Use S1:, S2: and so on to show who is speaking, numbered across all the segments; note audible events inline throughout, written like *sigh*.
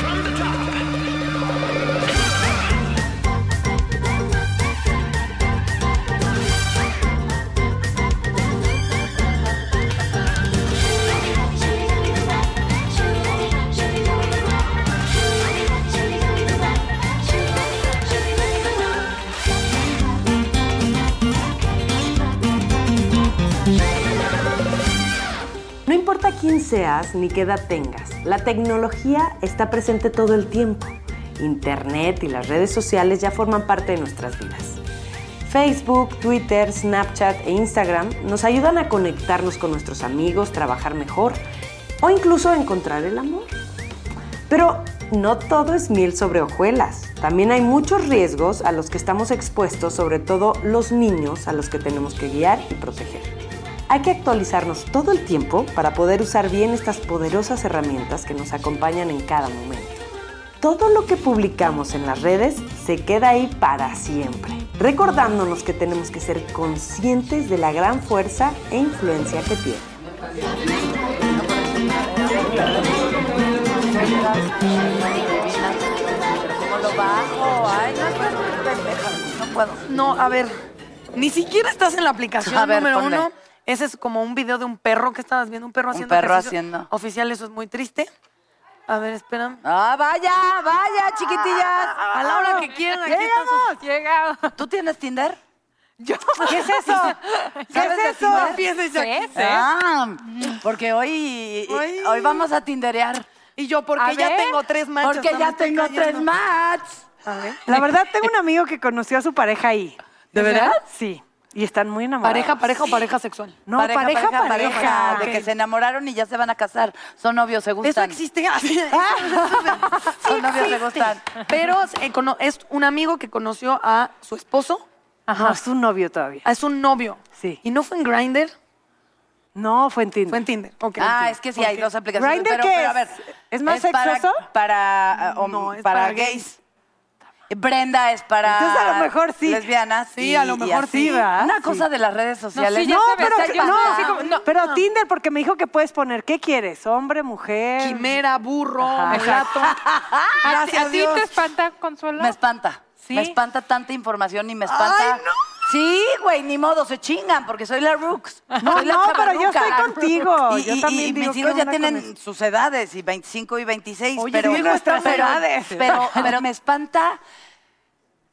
S1: From the top.
S2: No importa quién seas ni qué edad tengas, la tecnología está presente todo el tiempo. Internet y las redes sociales ya forman parte de nuestras vidas. Facebook, Twitter, Snapchat e Instagram nos ayudan a conectarnos con nuestros amigos, trabajar mejor o incluso a encontrar el amor. Pero no todo es miel sobre hojuelas. También hay muchos riesgos a los que estamos expuestos, sobre todo los niños a los que tenemos que guiar y proteger. Hay que actualizarnos todo el tiempo para poder usar bien estas poderosas herramientas que nos acompañan en cada momento. Todo lo que publicamos en las redes se queda ahí para siempre, recordándonos que tenemos que ser conscientes de la gran fuerza e influencia que tiene.
S3: No, a ver, ni siquiera estás en la aplicación
S4: *laughs* A ver,
S3: número
S4: ponle.
S3: uno. Ese es como un video de un perro que estabas viendo, un perro
S4: Un
S3: haciendo
S4: perro
S3: ejercicio
S4: haciendo.
S3: Oficial, eso es muy triste. A ver, espera. Ah,
S4: Ah, vaya, vaya, chiquitillas.
S3: A la hora que quieran, aquí están sus-
S4: Llegamos, llegamos. ¿Tú tienes Tinder?
S3: Yo- *laughs*
S4: ¿Qué es eso? *laughs* ¿Qué
S3: ¿Sabes de
S4: es eso?
S3: Tinder? No empieces aquí.
S4: Ah, porque hoy,
S3: Ay.
S4: hoy vamos a tinderear.
S3: Y yo, porque
S4: A
S3: ya
S4: ver,
S3: tengo tres machos.
S4: Porque
S3: no me
S4: ya
S3: estoy
S4: tengo
S3: cayendo.
S4: tres matches.
S3: A ver.
S2: La verdad, tengo un amigo que conoció a su pareja ahí.
S4: ¿De verdad?
S2: Sí. Y están muy enamorados.
S3: Pareja, pareja o pareja sexual.
S2: No, pareja, pareja.
S4: pareja, Ah, De
S2: Ok.
S4: que se enamoraron y ya se van a casar. Son novios, se
S3: Eso
S4: gustan.
S3: existe. *laughs*
S4: *laughs* Son novios, se gustan.
S3: Pero eh, cono- es un amigo que conoció a su esposo.
S2: No, es su novio todavía.
S3: Ah, Es un novio.
S2: Sí.
S3: ¿Y no fue en Grindr?
S2: No, fue en Tinder.
S3: Fue en Tinder. ok.
S4: Ah, es que sí, hay dos aplicaciones.
S2: ¿Grindr
S4: pero,
S2: qué
S4: pero a ver.
S2: es? ¿Es más
S4: para-
S2: sexoso?
S4: Para, ah, hom-
S3: No, es
S4: para,
S3: para
S4: gays. Brenda es para.
S2: Entonces, a lo mejor sí.
S4: Lesbianas.
S3: Sí,
S4: y-
S3: a lo
S4: y
S3: mejor
S4: así.
S2: sí, ¿verdad?
S4: Una
S2: Sí.
S4: cosa de las redes sociales.
S2: No, pero,
S4: está
S2: que-
S4: llevando.
S2: no,
S4: Ah,
S2: pero Tinder, porque me dijo que puedes poner, ¿qué quieres? Hombre, mujer.
S3: Quimera, burro,
S2: Ajá.
S3: gato.
S5: ¿A, ti-
S3: Gracias
S5: a
S3: a
S5: ti
S3: Dios.
S5: te espanta, Consuelo?
S4: Me espanta.
S5: Sí.
S4: Me espanta tanta información y me espanta. Sí, güey, ni modo, se chingan porque soy la Rooks.
S2: No,
S4: soy la
S2: no, pero yo
S4: chavarruca.
S2: estoy contigo.
S4: Y,
S2: Yo
S4: y-
S2: también
S4: y
S2: digo,
S4: mis
S2: ¿qué
S4: hijos ya
S2: onda con
S4: tienen sus edades, y 25 y 26.
S2: Oye,
S4: pero,
S2: sí, nuestras
S4: pero-
S2: edades.
S4: Pero, pero me espanta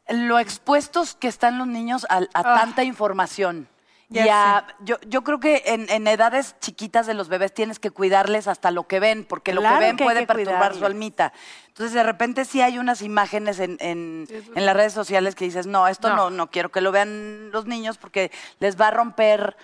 S4: lo expuestos que están los niños a, a
S2: Ah.
S4: tanta información.
S3: Ya
S4: y a- yo, yo creo que en, en edades chiquitas de los bebés tienes que cuidarles hasta lo que ven, porque lo
S2: Claro
S4: que ven
S2: que hay
S4: puede
S2: que
S4: perturbar su
S2: cuidarles.
S4: almita. Entonces, de repente sí hay unas imágenes en, en- en las redes sociales que dices, no, esto no. no, quiero que lo vean los niños porque les va a romper,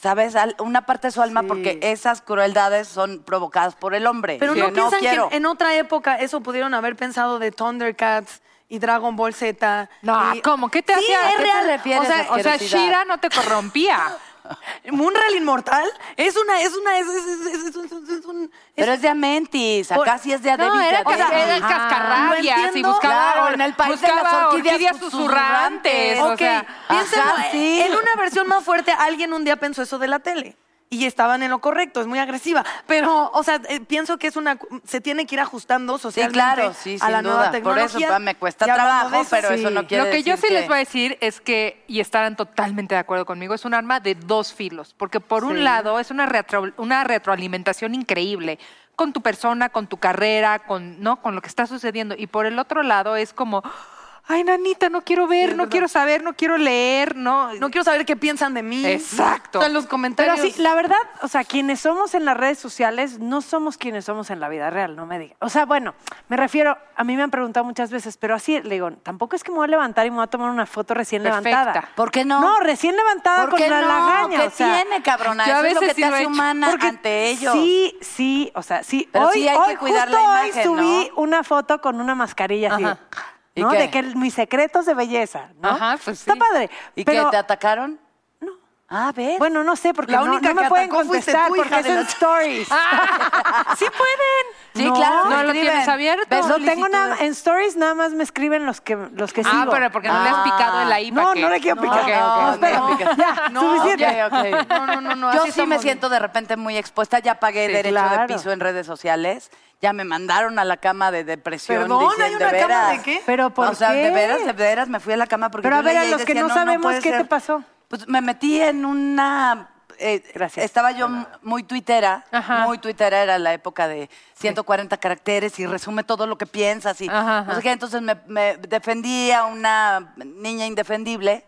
S4: ¿sabes? Al- Una parte de su alma porque esas crueldades son provocadas por el hombre.
S3: Pero
S4: que
S3: no piensan
S4: quiero.
S3: que en otra época eso pudieron haber pensado de Thundercats y Dragon Ball Z.
S5: No,
S3: y-
S5: ¿cómo? ¿Qué te
S4: Sí,
S5: hacía?
S4: ¿a
S5: ¿Qué
S4: qué te
S5: te-
S4: refieres,
S5: O sea, o sea,
S4: asquerosidad?
S5: Shira no te corrompía.
S3: Munreal Inmortal es una, es una, es, es- es- es- es un- es un- es un- es-
S4: Pero es de Amentis, acá
S3: Por-
S4: sí es de Adebis.
S5: No,
S4: de
S5: era, el
S4: Adebis.
S5: cas- era el
S4: Ajá.
S5: cascarrabias
S3: No
S5: y
S3: entiendo.
S5: buscaba,
S4: Claro, en el país de las
S5: buscaba
S4: orquídeas susurrantes.
S5: susurrantes. O
S3: Ok,
S5: sea,
S3: piénsenlo,
S4: ajá, sí.
S3: en una versión más fuerte, alguien un día pensó eso de la tele. Y estaban en lo correcto, es muy agresiva. Pero, o sea, eh, pienso que es una. Se tiene que ir ajustando
S4: Sí,
S3: socialmente
S4: claro, sí,
S3: a
S4: sin
S3: la nueva
S4: duda. Por
S3: tecnología.
S4: eso pa, me cuesta
S3: Y hablando
S4: trabajo,
S3: de eso,
S4: pero
S3: sí.
S4: eso no quiere
S5: Lo que yo sí
S4: decir
S5: les voy a decir es que, y estarán totalmente de acuerdo conmigo, es un arma de dos filos. Porque por un lado es una, retro- una retroalimentación increíble con tu persona, con tu carrera, con, ¿no? con lo que está sucediendo. Y por el otro lado es como, ay, nanita, no quiero ver, no quiero saber, no quiero leer, no.
S3: No quiero saber qué piensan de mí.
S5: Exacto.
S3: O sea, en los
S2: Pero
S3: comentarios.
S2: sí, la verdad, o sea, quienes somos en las redes sociales no somos quienes somos en la vida real, no me digas. O sea, bueno, me refiero, a mí me han preguntado muchas veces, pero así, le digo, tampoco es que me voy a levantar y me voy a tomar una foto recién
S5: Perfecta.
S2: levantada.
S4: ¿Por qué no?
S2: No, recién levantada
S4: ¿Por
S2: con
S4: qué
S2: la
S4: no?
S2: lagaña.
S4: ¿Qué
S2: o sea,
S4: tiene, cabrona?
S5: yo a
S4: Eso es lo
S5: veces
S4: que
S5: sí
S4: te
S5: lo he
S4: hace
S5: hecho.
S4: humana
S2: porque
S4: ante ellos.
S2: Sí, sí, o sea, sí.
S4: Pero
S2: hoy,
S4: sí hay que
S2: hoy,
S4: cuidar la
S2: justo
S4: imagen,
S2: hoy subí
S4: ¿no?
S2: una foto con una mascarilla así.
S5: Ajá.
S4: ¿Y
S2: ¿no?
S4: qué?
S2: De que el- mis secretos de belleza, ¿no?
S5: Ajá, pues
S2: Está
S5: sí.
S2: padre.
S4: ¿Y
S2: pero,
S4: que te atacaron? No. Ah, ¿ves?
S2: Bueno, no sé, porque
S3: La
S2: no-
S3: única
S2: no, me
S3: que
S2: pueden
S3: atacó fuiste
S2: contestar
S3: tú,
S2: porque
S3: hija
S2: es
S3: de
S2: en
S3: la-
S2: *laughs* stories. sí pueden.
S4: sí, claro.
S5: no lo
S4: escriben.
S5: tienes abierto.
S4: Ves
S2: No tengo nada,
S4: solicitudes.
S2: en stories nada más me escriben los que los que
S5: Ah,
S2: sigo.
S5: pero porque no le has picado el ahí
S2: No,
S5: para que-
S2: no le quiero picar.
S5: Ok, ok,
S2: No,
S5: ok.
S2: espera. Ya, suficiente.
S4: ok, ok.
S3: No, no, no, no,
S4: Yo
S3: así
S4: sí me
S3: somos.
S4: siento de repente muy expuesta. Ya pagué
S2: Sí,
S4: derecho
S2: claro.
S4: de piso en redes sociales. Ya me mandaron a la cama de depresión.
S3: Perdón,
S4: diciendo,
S3: ¿hay una
S4: "De
S3: cama de
S4: veras".
S3: qué?
S2: ¿Pero por
S4: O sea,
S2: qué?
S4: de veras, de veras me fui a la cama porque.
S2: Pero
S4: yo
S2: a ver,
S4: leía
S2: a
S4: y
S2: los que
S4: decía,
S2: no sabemos
S4: puede
S2: qué te
S4: ser".
S2: pasó.
S4: Pues me metí en una. eh,
S2: Gracias.
S4: Estaba yo muy tuitera,
S5: Ajá.
S4: muy tuitera, era la época de 140 caracteres y resume todo lo que piensas y
S5: Ajá,
S4: no sé
S5: ajá.
S4: qué. Entonces me, me defendí a una niña indefendible.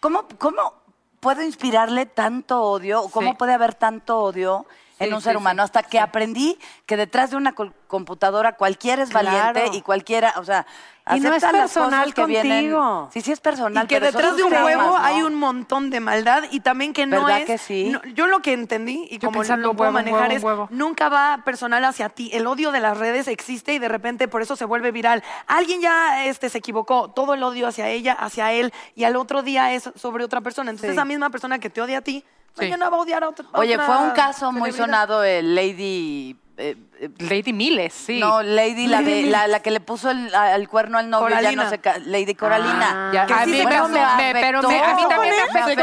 S4: ¿Cómo, cómo puedo inspirarle tanto odio? o ¿Cómo
S5: Sí.
S4: puede haber tanto odio en
S5: Sí,
S4: un
S5: sí,
S4: ser
S5: sí.
S4: humano? Hasta que aprendí que detrás de una col- computadora cualquiera es valiente
S2: Claro.
S4: y cualquiera, o sea,
S2: Y no es
S4: acepta las
S2: personal
S4: cosas que vienen.
S2: contigo.
S4: Sí, sí es personal.
S3: Y que
S4: pero son
S3: detrás de un
S4: sus
S3: huevo
S4: traumas, ¿no?
S3: hay un montón de maldad y también que no
S4: ¿Verdad
S3: es.
S4: que sí?
S3: no- yo lo que entendí y
S5: Yo
S3: como
S5: pensando
S3: lo
S5: un
S3: puedo
S5: huevo, un
S3: manejar
S5: huevo,
S3: es
S5: un huevo.
S3: nunca va personal hacia ti. El odio de las redes existe y de repente por eso se vuelve viral. Alguien ya este, se equivocó. Todo el odio hacia ella, hacia él y al otro día es sobre otra persona. Entonces esa misma persona que te odia a ti
S5: Sí.
S3: mañana va a odiar a otra.
S4: Oye,
S3: otra
S4: fue un caso muy
S3: celebridad.
S4: sonado el Lady. eh, eh,
S5: Lady Miles, sí.
S4: No, Lady, la, de, la, la que le puso el, al cuerno al novio, ya
S3: Coralina.
S4: no sé, ca- Lady Coralina.
S5: Ah, Ya,
S3: Que
S5: a
S3: sí
S5: mí
S3: se
S5: me,
S3: casó.
S5: me- pero me- a mí también me afectó. a mí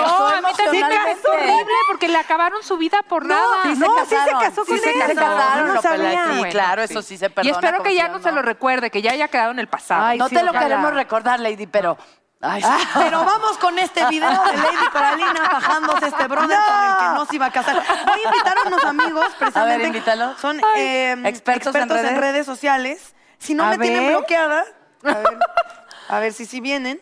S5: también me afectó horrible porque le acabaron su vida por nada.
S4: sí se
S2: No, sí se
S4: casaron,
S2: casó
S4: sí
S2: con
S4: se
S2: él.
S4: casaron,
S2: No
S4: lo
S2: sabía.
S4: pelaron. Sí,
S5: Bueno,
S4: claro, eso sí se perdona.
S5: Y espero que
S4: como
S5: ya
S4: si
S5: no se lo recuerde, que ya haya quedado en el pasado.
S2: Ay,
S4: No
S2: sí,
S4: te lo
S2: ojalá.
S4: queremos recordar, Lady, pero... Ay,
S5: Ah.
S4: sí.
S3: Pero vamos con este video de Lady Coralina bajándose este brother con el que no se iba a casar. Voy a invitar a unos amigos, precisamente.
S4: A ver, invítalos.
S3: Son
S4: Ay.
S3: eh,
S4: ¿Expertos
S3: expertos,
S4: en
S3: en,
S4: redes?
S3: redes? sociales. Si no
S2: A
S3: me tienen
S2: ver.
S3: bloqueada, a ver, a ver si sí vienen.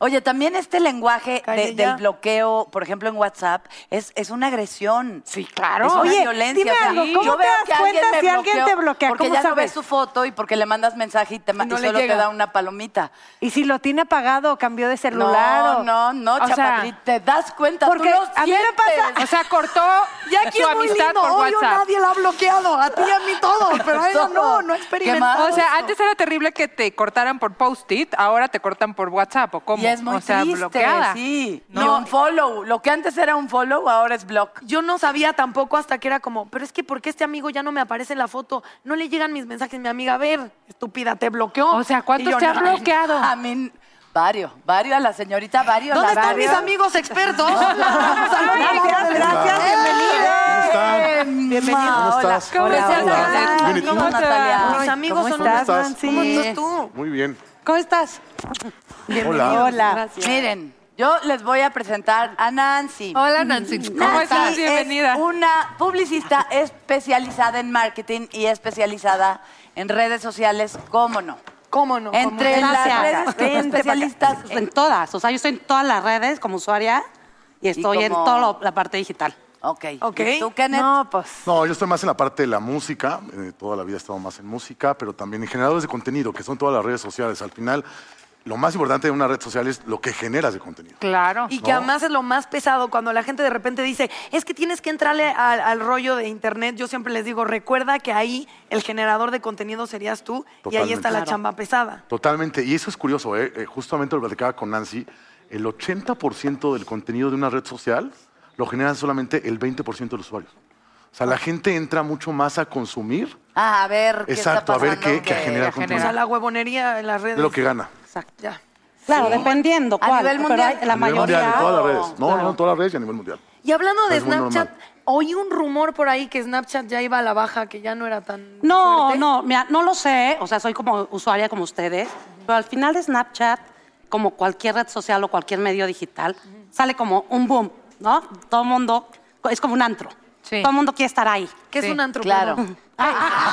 S4: Oye, también este lenguaje de-
S3: Calle ya.
S4: del bloqueo, por ejemplo, en WhatsApp, es, es una agresión.
S5: Sí, claro.
S4: Es una
S2: Oye,
S4: violencia.
S2: dime
S4: o sea,
S2: algo,
S4: yo
S2: ¿cómo
S4: veo
S2: te das
S4: que alguien
S2: cuenta
S4: me
S2: si alguien
S4: bloqueó
S2: te bloquea?
S4: Porque
S2: ¿Cómo
S4: ya no
S2: sabes?
S4: ves su foto y porque le mandas mensaje y, te ma-
S3: Y no
S4: y
S3: le
S4: solo te
S3: llega.
S4: da una palomita.
S2: Y si lo tiene apagado o cambió de celular. o-
S4: No, no, no,
S2: O sea,
S4: Chapadri, te das cuenta.
S2: porque
S4: tú lo
S2: a mí me pasa-
S4: sientes.
S5: O sea, cortó
S3: Ya aquí
S5: su
S3: es muy
S5: amistad
S3: lindo.
S5: por
S3: Obvio,
S5: WhatsApp.
S3: nadie la ha bloqueado. A ti y a mí
S4: *laughs*
S3: todos, pero a ella no, no
S4: ¿Qué
S3: experimenta.
S4: más?
S5: O sea, antes era terrible que te cortaran por post-it, ahora te cortan por WhatsApp o cómo.
S4: y es muy
S5: o sea,
S4: triste,
S5: bloqueada.
S4: sí.
S5: No.
S4: Y un follow. Lo que antes era un follow, ahora es block.
S3: Yo no sabía tampoco hasta que era como, pero es que ¿por qué este amigo ya no me aparece en la foto? No le llegan mis mensajes, mi amiga, a ver, estúpida, te bloqueó.
S5: O sea,
S3: Y
S5: ¿cuántos
S3: yo,
S5: te ha
S3: no.
S5: bloqueado?
S4: A mí, varios, varios, a la señorita, varios.
S3: ¿Dónde
S4: la
S3: están
S4: varios.
S3: mis amigos expertos? Vamos al
S2: Gracias,
S3: momento.
S2: gracias, bienvenida.
S6: están?
S2: Bienvenido.
S6: ¿Cómo estás?
S5: ¿Cómo
S4: Hola,
S5: estás,
S4: hola.
S5: Nancy?
S6: Bien, ¿y tú?
S5: ¿Cómo estás?
S3: Mis
S2: Ay,
S3: amigos
S2: ¿cómo
S3: son
S2: estás,
S3: unos-
S2: Nancy?
S3: ¿Cómo estás tú?
S6: Muy bien.
S2: ¿Cómo estás?
S6: Hola.
S2: Hola.
S4: Miren, yo les voy a presentar a Nancy.
S5: Hola, Nancy. ¿Cómo
S4: Nancy
S5: estás?
S4: es
S5: Bienvenida.
S4: una publicista especializada en marketing y especializada en redes sociales, cómo no.
S3: ¿Cómo no?
S4: Entre las redes que son
S7: Vente para acá.
S4: especialistas en
S7: En todas, o sea, yo estoy en todas las redes como usuaria y estoy en
S4: como-
S7: toda lo- la parte digital.
S4: Ok.
S3: Ok.
S4: ¿Y tú, Kenneth?
S2: No, pues.
S6: No, yo estoy más en la parte de la música. eh, toda la vida he estado más en música, pero también en generadores de contenido, que son todas las redes sociales. Al final, lo más importante de una red social es lo que generas de contenido.
S5: Claro.
S3: Y que además es lo más pesado cuando la gente de repente dice, es que tienes que entrarle al, al rollo de internet. Yo siempre les digo, recuerda que ahí el generador de contenido serías tú y ahí
S6: Totalmente.
S3: está la
S6: Claro.
S3: chamba pesada.
S6: Totalmente. Y eso es curioso, ¿eh? Eh, Justamente lo platicaba con Nancy. El 80% del contenido de una red social lo genera solamente el 20% de los usuarios. O sea, la gente entra mucho más a consumir
S4: Ah, a ver qué está
S6: Exacto, a ver
S4: pasando,
S6: qué- qué genera el
S3: O
S6: contenido.
S3: sea, la huevonería en las
S6: de
S3: redes.
S6: lo que gana.
S3: Ya.
S7: Claro, dependiendo
S4: A
S7: cuál.
S4: nivel
S7: pero
S4: mundial.
S7: hay- la
S6: a nivel mundial,
S7: mayoría.
S6: en todas las redes. No,
S7: Claro.
S6: no, en todas las redes y a nivel mundial.
S3: Y hablando de
S6: Es muy normal.
S3: Snapchat, oí un rumor por ahí que Snapchat ya iba a la baja, que ya no era tan.
S7: No,
S3: fuerte.
S7: no, mira, no lo sé. O sea, soy como usuaria como ustedes. Pero al final de Snapchat, como cualquier red social o cualquier medio digital, sale como un boom, ¿no? Todo el mundo, es como un antro.
S5: Sí.
S7: Todo el mundo quiere estar ahí.
S3: Que es
S5: Sí,
S3: un antropólogo.
S4: claro.
S3: Claro.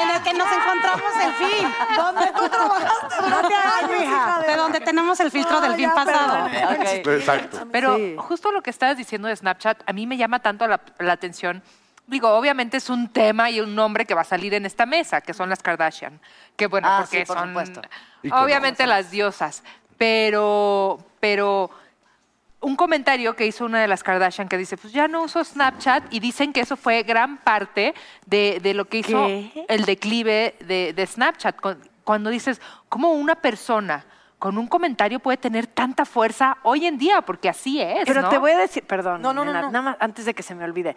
S7: En el que nos encontramos el fin.
S8: ¿Dónde tú trabajaste
S7: *laughs*
S8: durante años, hija? Ah,
S7: De donde tenemos el filtro del fin pasado.
S4: Ok.
S6: *laughs* Exacto.
S5: Pero
S2: Sí.
S5: justo lo que estabas diciendo de Snapchat, a mí me llama tanto la, la atención. Digo, obviamente es un tema y un nombre que va a salir en esta mesa, que son las Kardashian. Que bueno,
S4: Ah,
S5: porque
S4: sí, por
S5: son
S4: supuesto.
S5: obviamente las diosas. Pero, pero un comentario que hizo una de las Kardashian que dice, pues ya no uso Snapchat y dicen que eso fue gran parte de, de lo que hizo
S7: ¿Qué?
S5: el declive de, de Snapchat. Cu- Cuando dices, ¿cómo una persona con un comentario puede tener tanta fuerza hoy en día? Porque así *laughs* es.
S2: Pero
S5: ¿no?
S2: te voy a decir, perdón,
S3: No, no, no,
S2: nena,
S3: no.
S2: nada más antes de que se me olvide.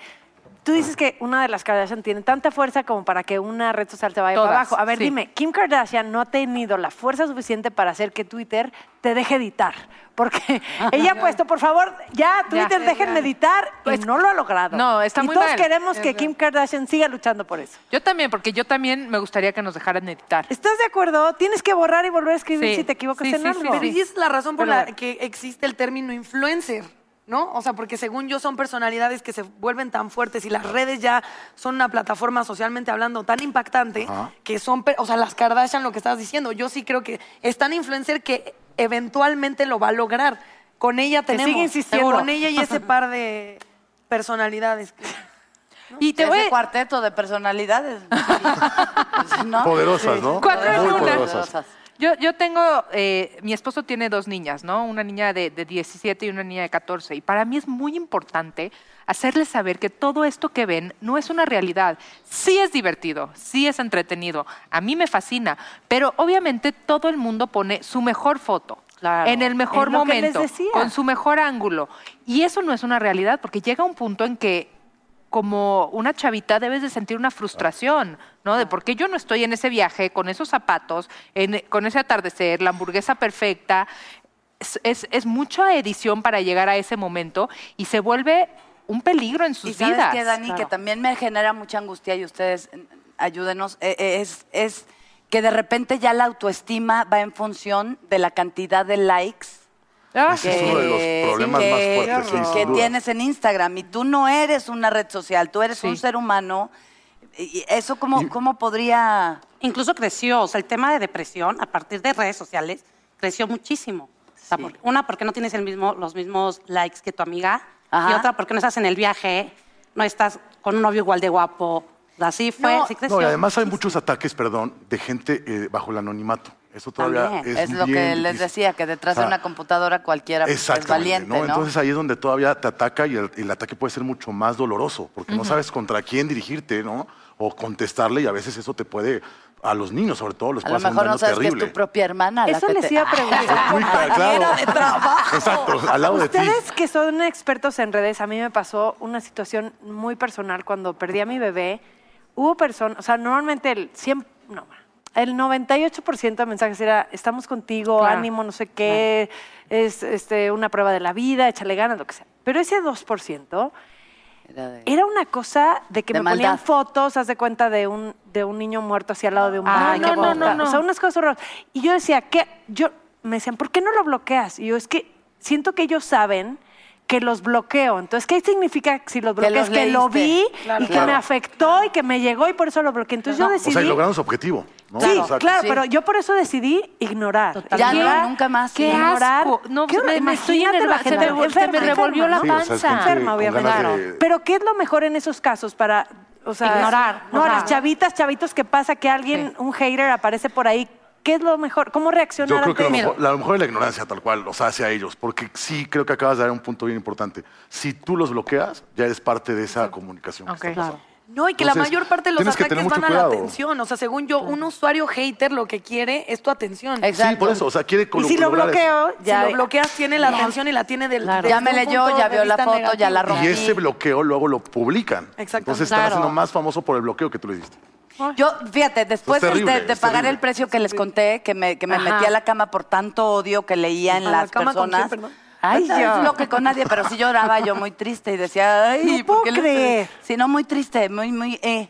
S2: Tú dices que una de las Kardashian tiene tanta fuerza como para que una red social te vaya
S5: Todas,
S2: para abajo. A ver,
S5: sí.
S2: dime, Kim Kardashian no ha tenido la fuerza suficiente para hacer que Twitter te deje editar.
S5: *laughs*
S2: Porque ella ha puesto, por favor, ya, Twitter, déjenme editar.
S5: Pues,
S2: y no lo ha logrado.
S5: no, está
S2: y
S5: muy
S2: todos
S5: mal.
S2: queremos que Kim Kardashian siga luchando por eso.
S5: Yo también, porque yo también me gustaría que nos dejaran editar.
S2: ¿Estás de acuerdo? Tienes que borrar y volver a escribir
S5: Sí.
S2: si te equivocas
S5: Sí,
S2: en
S5: sí,
S2: algo.
S5: sí,
S3: Pero y es la razón por
S2: Pero
S3: la
S2: bueno.
S3: que existe el término influencer, ¿no? O sea, porque según yo son personalidades que se vuelven tan fuertes y las redes ya son una plataforma socialmente hablando tan impactante
S6: Ajá.
S3: que son, per- o sea, las Kardashian lo que estás diciendo, yo sí creo que es tan influencer que eventualmente lo va a lograr. Con ella tenemos
S2: sigue insistiendo.
S3: con ella y
S2: *laughs*
S3: ese par de personalidades.
S5: Y te
S4: Ese
S5: voy a...
S4: cuarteto de personalidades. *laughs* Sí, ¿no?
S6: Poderosas,
S4: Sí.
S6: ¿no?
S5: Cuatro en
S6: Muy
S5: una.
S6: poderosas.
S5: Yo, yo tengo, eh, mi esposo tiene dos niñas, ¿no? Una niña de, de 17 y una niña de 14. Y para mí es muy importante hacerles saber que todo esto que ven no es una realidad. Sí es divertido, sí es entretenido, a mí me fascina, pero obviamente todo el mundo pone su mejor foto.
S4: Claro.
S5: En el mejor
S2: Es lo que les
S5: momento,
S2: decía.
S5: con su mejor ángulo. Y eso no es una realidad, porque llega un punto en que como una chavita debes de sentir una frustración, ¿no? De por qué yo no estoy en ese viaje con esos zapatos, en- con ese atardecer, la hamburguesa perfecta. Es, es- es mucha edición para llegar a ese momento y se vuelve un peligro en sus
S4: y sabes
S5: vidas.
S4: que Dani que también me genera mucha angustia y ustedes mm, ayúdenos eh, eh, es es que de repente ya la autoestima va en función de la cantidad de likes
S5: Ah,
S6: Ese es uno de los problemas más
S4: que-
S6: fuertes, sí, sin
S4: que
S6: duda.
S4: tienes en Instagram y tú no eres una red social tú eres
S5: Sí.
S4: un ser humano y y eso cómo, cómo podría
S7: Incluso creció, o sea, el tema de depresión a partir de redes sociales creció muchísimo. O sea, por- una, porque no tienes el mismo, los mismos likes que tu amiga.
S4: Ajá.
S7: Y otra, porque no estás en el viaje, no estás con un novio igual de guapo. Así fue,
S3: No.
S7: sí creció.
S6: No, y además hay muchos ataques, perdón, de gente eh, bajo el anonimato. Eso todavía
S7: También.
S6: es
S4: es, lo que
S6: bien
S4: les
S6: difícil.
S4: decía que detrás
S6: O
S4: de
S6: sea,
S4: una computadora cualquiera pues, es
S6: Exactamente,
S4: valiente no,
S6: Entonces ahí es donde todavía te ataca y el, el ataque puede ser mucho más doloroso, porque no sabes contra quién dirigirte, ¿no? O contestarle y a veces eso te puede, a los niños sobre todo, les
S4: a
S6: puede
S4: lo
S6: hacer pues, un
S4: mejor
S6: daño
S4: no sabes que
S6: terrible.
S4: es
S6: *laughs*
S4: tu propia hermana la
S2: Eso
S4: que
S2: les
S4: te-
S2: iba
S4: Ah,
S2: a preguntar.
S4: *laughs*
S6: Uy, claro, claro.
S4: de trabajo.
S6: Exacto, al lado de ti.
S2: Ustedes que son expertos en redes, a mí me pasó una situación muy personal cuando perdí a mi bebé. Hubo personas, o sea, normalmente el 100, no, el 98% de mensajes era estamos contigo,
S5: Claro.
S2: ánimo, no sé qué, es este, una prueba de la vida, échale ganas, lo que sea. Pero ese 2%
S4: Era de-
S2: era una cosa de que
S4: De
S2: me
S4: maldad.
S2: ponían fotos, haz de cuenta, de un, de un niño muerto así al lado de un
S5: Ah,
S2: bar.
S5: no, no, no, no.
S2: O sea, unas cosas horrorosas. Y yo decía, ¿qué? Yo, me decían, ¿por qué no lo bloqueas? Y yo, es que siento que ellos saben que los bloqueo. Entonces, ¿qué significa que si los
S4: Que
S2: bloqueas?
S4: los
S2: Que, lo vi
S4: leíste.
S2: y que
S6: Claro.
S2: me afectó y que me llegó y por eso lo bloqueé. Entonces yo
S6: O
S2: decidí...
S6: sea, y lograron su objetivo, ¿no?
S2: Sí,
S6: Exacto.
S2: claro,
S4: Sí.
S2: pero yo por eso decidí ignorar.
S4: Ya
S2: Ignorar,
S4: no, nunca más.
S5: Qué
S4: Ignorar.
S5: asco.
S2: ignorar.
S5: No,
S2: Qué
S5: me,
S2: horror-
S5: me estoy
S2: imagínate la
S5: enerva- se me,
S2: gente
S5: se me
S2: enferma,
S5: revolvió la
S6: Sí, o sea, es
S5: panza.
S6: con-
S2: enferma,
S6: con
S2: obviamente.
S6: ganas de-
S2: Claro. Pero ¿qué es lo mejor en esos casos para, o sea,
S7: Ignorar,
S2: No, a
S7: ajá.
S2: las chavitas, chavitos que pasa que alguien,
S5: Sí.
S2: un hater aparece por ahí. ¿Qué es lo mejor? ¿Cómo reaccionar
S6: Yo creo
S2: ante
S6: que a lo,
S2: eso?
S6: mejor, a lo mejor es la ignorancia tal cual, o sea, hacia ellos, porque sí creo que acabas de dar un punto bien importante. Si tú los bloqueas, ya eres parte de esa comunicación. que
S5: Ok.
S6: está pasando.
S3: No, y que la
S6: Entonces,
S3: mayor parte de los
S6: tienes que
S3: ataques
S6: tener
S3: van
S6: mucho
S3: a la
S6: cuidado.
S3: atención. O sea, según yo, un usuario hater lo que quiere es tu atención.
S6: Sí, por eso, o sea, quiere
S3: Y si lo
S6: lograr eso.
S3: bloqueo,
S4: ya-
S3: si lo bloqueas, tiene la atención y la tiene del.
S4: Claro.
S3: desde
S4: Ya me
S3: un
S4: leyó,
S3: punto
S4: ya
S3: de
S4: vio la
S3: vista
S4: foto, ya la
S3: negativo.
S6: Y ese bloqueo luego lo publican.
S3: Exacto.
S6: Entonces están
S4: Claro.
S6: haciendo más famoso por el bloqueo que tú le diste.
S4: Yo, fíjate, después
S6: Es terrible,
S4: de, de
S6: es
S4: pagar
S6: terrible.
S4: el precio que les conté, que me, que me
S2: Ajá.
S4: metí a la cama por tanto odio que leía en
S3: ¿A la
S4: las
S3: cama con
S4: personas.
S3: quién, perdón?
S4: Ay,
S2: Ay,
S4: no
S2: yo.
S4: es lo que con nadie, pero sí lloraba yo muy triste y decía, ay,
S2: No
S4: ¿por
S2: puedo
S4: qué le-
S2: creer.
S4: Sí, no, muy triste, muy, muy, eh.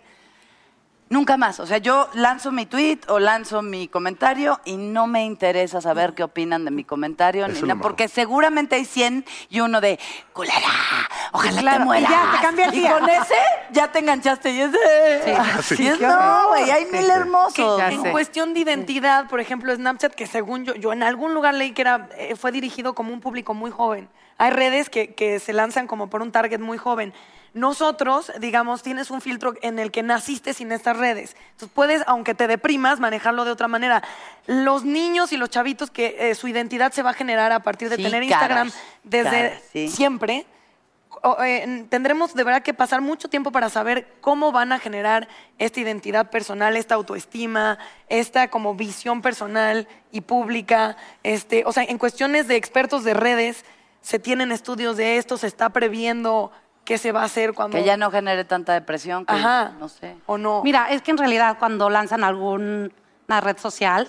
S4: Nunca más. O sea, yo lanzo mi tweet o lanzo mi comentario y no me interesa saber qué opinan de mi comentario,
S6: Eso
S4: ni
S6: es lo
S4: nada,
S6: mejor.
S4: porque seguramente hay 100 y uno de, culera, ojalá te
S2: Claro, y
S4: mueras.
S2: ya, te cambia el
S4: Y
S2: día.
S4: con ese ya te enganchaste y ese.
S6: Ah, Sí.
S4: y es,
S6: Sí,
S4: no, güey, hay mil
S3: Que
S4: hermosos.
S3: en cuestión de identidad, por ejemplo, Snapchat, que según yo, yo en algún lugar leí que era, eh, fue dirigido como un público muy joven. Hay redes que, que se lanzan como por un target muy joven. Nosotros, digamos, tienes un filtro en el que naciste sin estas redes. Entonces puedes, aunque te deprimas, manejarlo de otra manera. Los niños y los chavitos que eh, su identidad se va a generar a partir de
S4: Sí,
S3: tener
S4: caray,
S3: Instagram desde
S4: caray, sí.
S3: siempre, o, eh, n- tendremos de verdad que pasar mucho tiempo para saber cómo van a generar esta identidad personal, esta autoestima, esta como visión personal y pública. Este, o sea, en cuestiones de expertos de redes, se tienen estudios de esto, se está previendo qué se va a hacer cuando...
S4: Que ya no genere tanta depresión, que
S3: Ajá.
S4: no sé.
S3: O no.
S7: Mira, es que en realidad cuando lanzan alguna red social,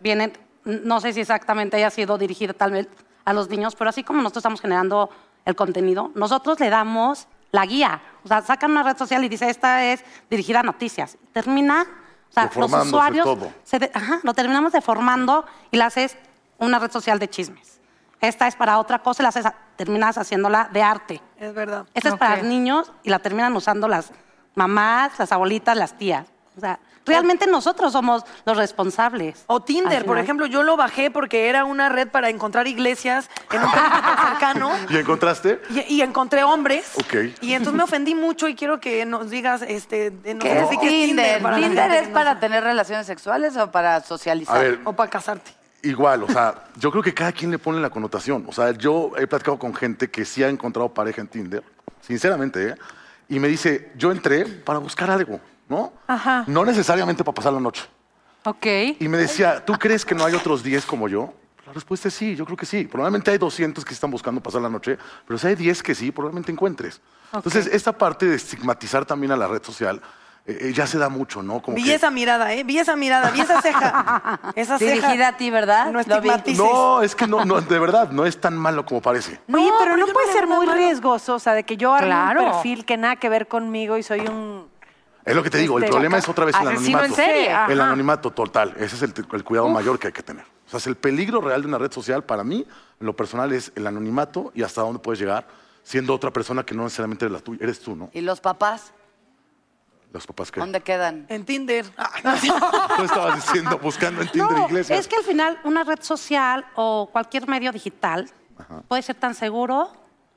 S7: vienen, no sé si exactamente haya sido dirigida tal vez a los niños, pero así como nosotros estamos generando el contenido, nosotros le damos la guía. O sea, sacan una red social y dice, esta es dirigida a noticias. Termina, o sea, los
S6: Deformándose
S7: usuarios
S6: todo.
S7: se de- ajá, lo terminamos deformando y la haces una red social de chismes. Esta es para otra cosa y la haces, terminas haciéndola de arte.
S3: Es verdad.
S7: Esta es para niños y la terminan usando las mamás, las abuelitas, las tías. O sea, realmente nosotros somos los responsables.
S3: O Tinder,
S7: Al
S3: por
S7: final.
S3: ejemplo, yo lo bajé porque era una red para encontrar iglesias en un perímetro
S2: Ah,
S3: cercano.
S6: *laughs* ¿Y encontraste?
S3: Y, y encontré hombres.
S6: Ok.
S3: Y entonces me ofendí mucho y quiero que nos digas, este, de- nos
S4: ¿Qué es
S3: expliques
S4: Tinder?
S3: para la
S4: ¿Tinder
S3: gente
S4: es
S3: que no
S4: para
S3: sabe.
S4: tener relaciones sexuales o para socializar?
S6: A ver,
S3: o para casarte.
S6: Igual, o sea, yo creo que cada quien le pone la connotación. O sea, yo he platicado con gente que sí ha encontrado pareja en Tinder, sinceramente, ¿eh? y me dice, yo entré para buscar algo, ¿no?
S9: Ajá.
S6: No necesariamente para pasar la noche.
S9: Ok.
S6: Y me decía, ¿tú crees que no hay otros 10 como yo? La respuesta es sí, yo creo que sí. Probablemente hay 200 que están buscando pasar la noche, pero si hay 10 que sí, probablemente encuentres. Entonces, esta parte de estigmatizar también a la red social eh, eh, ya se da mucho, ¿no? Como
S3: Vi
S6: que-
S3: esa mirada, ¿eh? Vi esa mirada, vi esa
S4: *laughs*
S3: ceja. Esa ceja.
S4: Dirigida a ti,
S3: No
S4: ¿verdad? Lo vi.
S3: estigmatices.
S6: No, es que no, no, de verdad, no es tan malo como parece.
S2: Oye,
S3: No,
S2: pero
S3: pero
S2: no
S3: yo
S2: puede
S3: no le
S2: ser
S3: veo
S2: muy
S3: malo.
S2: riesgoso, o sea, de que yo arme
S5: Claro.
S2: un perfil que nada que ver conmigo y soy un...
S6: Es lo que te digo, el
S2: Este,
S6: problema es otra vez el
S5: asesino
S6: anonimato.
S5: en serie, ajá.
S6: El anonimato total, ese es el, el cuidado mayor que hay que tener. O sea, es el peligro real de una red social para mí, en lo personal, es el anonimato y hasta dónde puedes llegar siendo otra persona que no necesariamente eres, la tuya, eres tú, ¿no?
S4: ¿Y los papás?
S6: Los papás que...
S4: ¿Dónde quedan?
S3: En Tinder.
S6: *laughs* Tú estabas diciendo, buscando en Tinder
S7: No,
S6: iglesias.
S7: es que al final una red social o cualquier medio digital puede ser tan seguro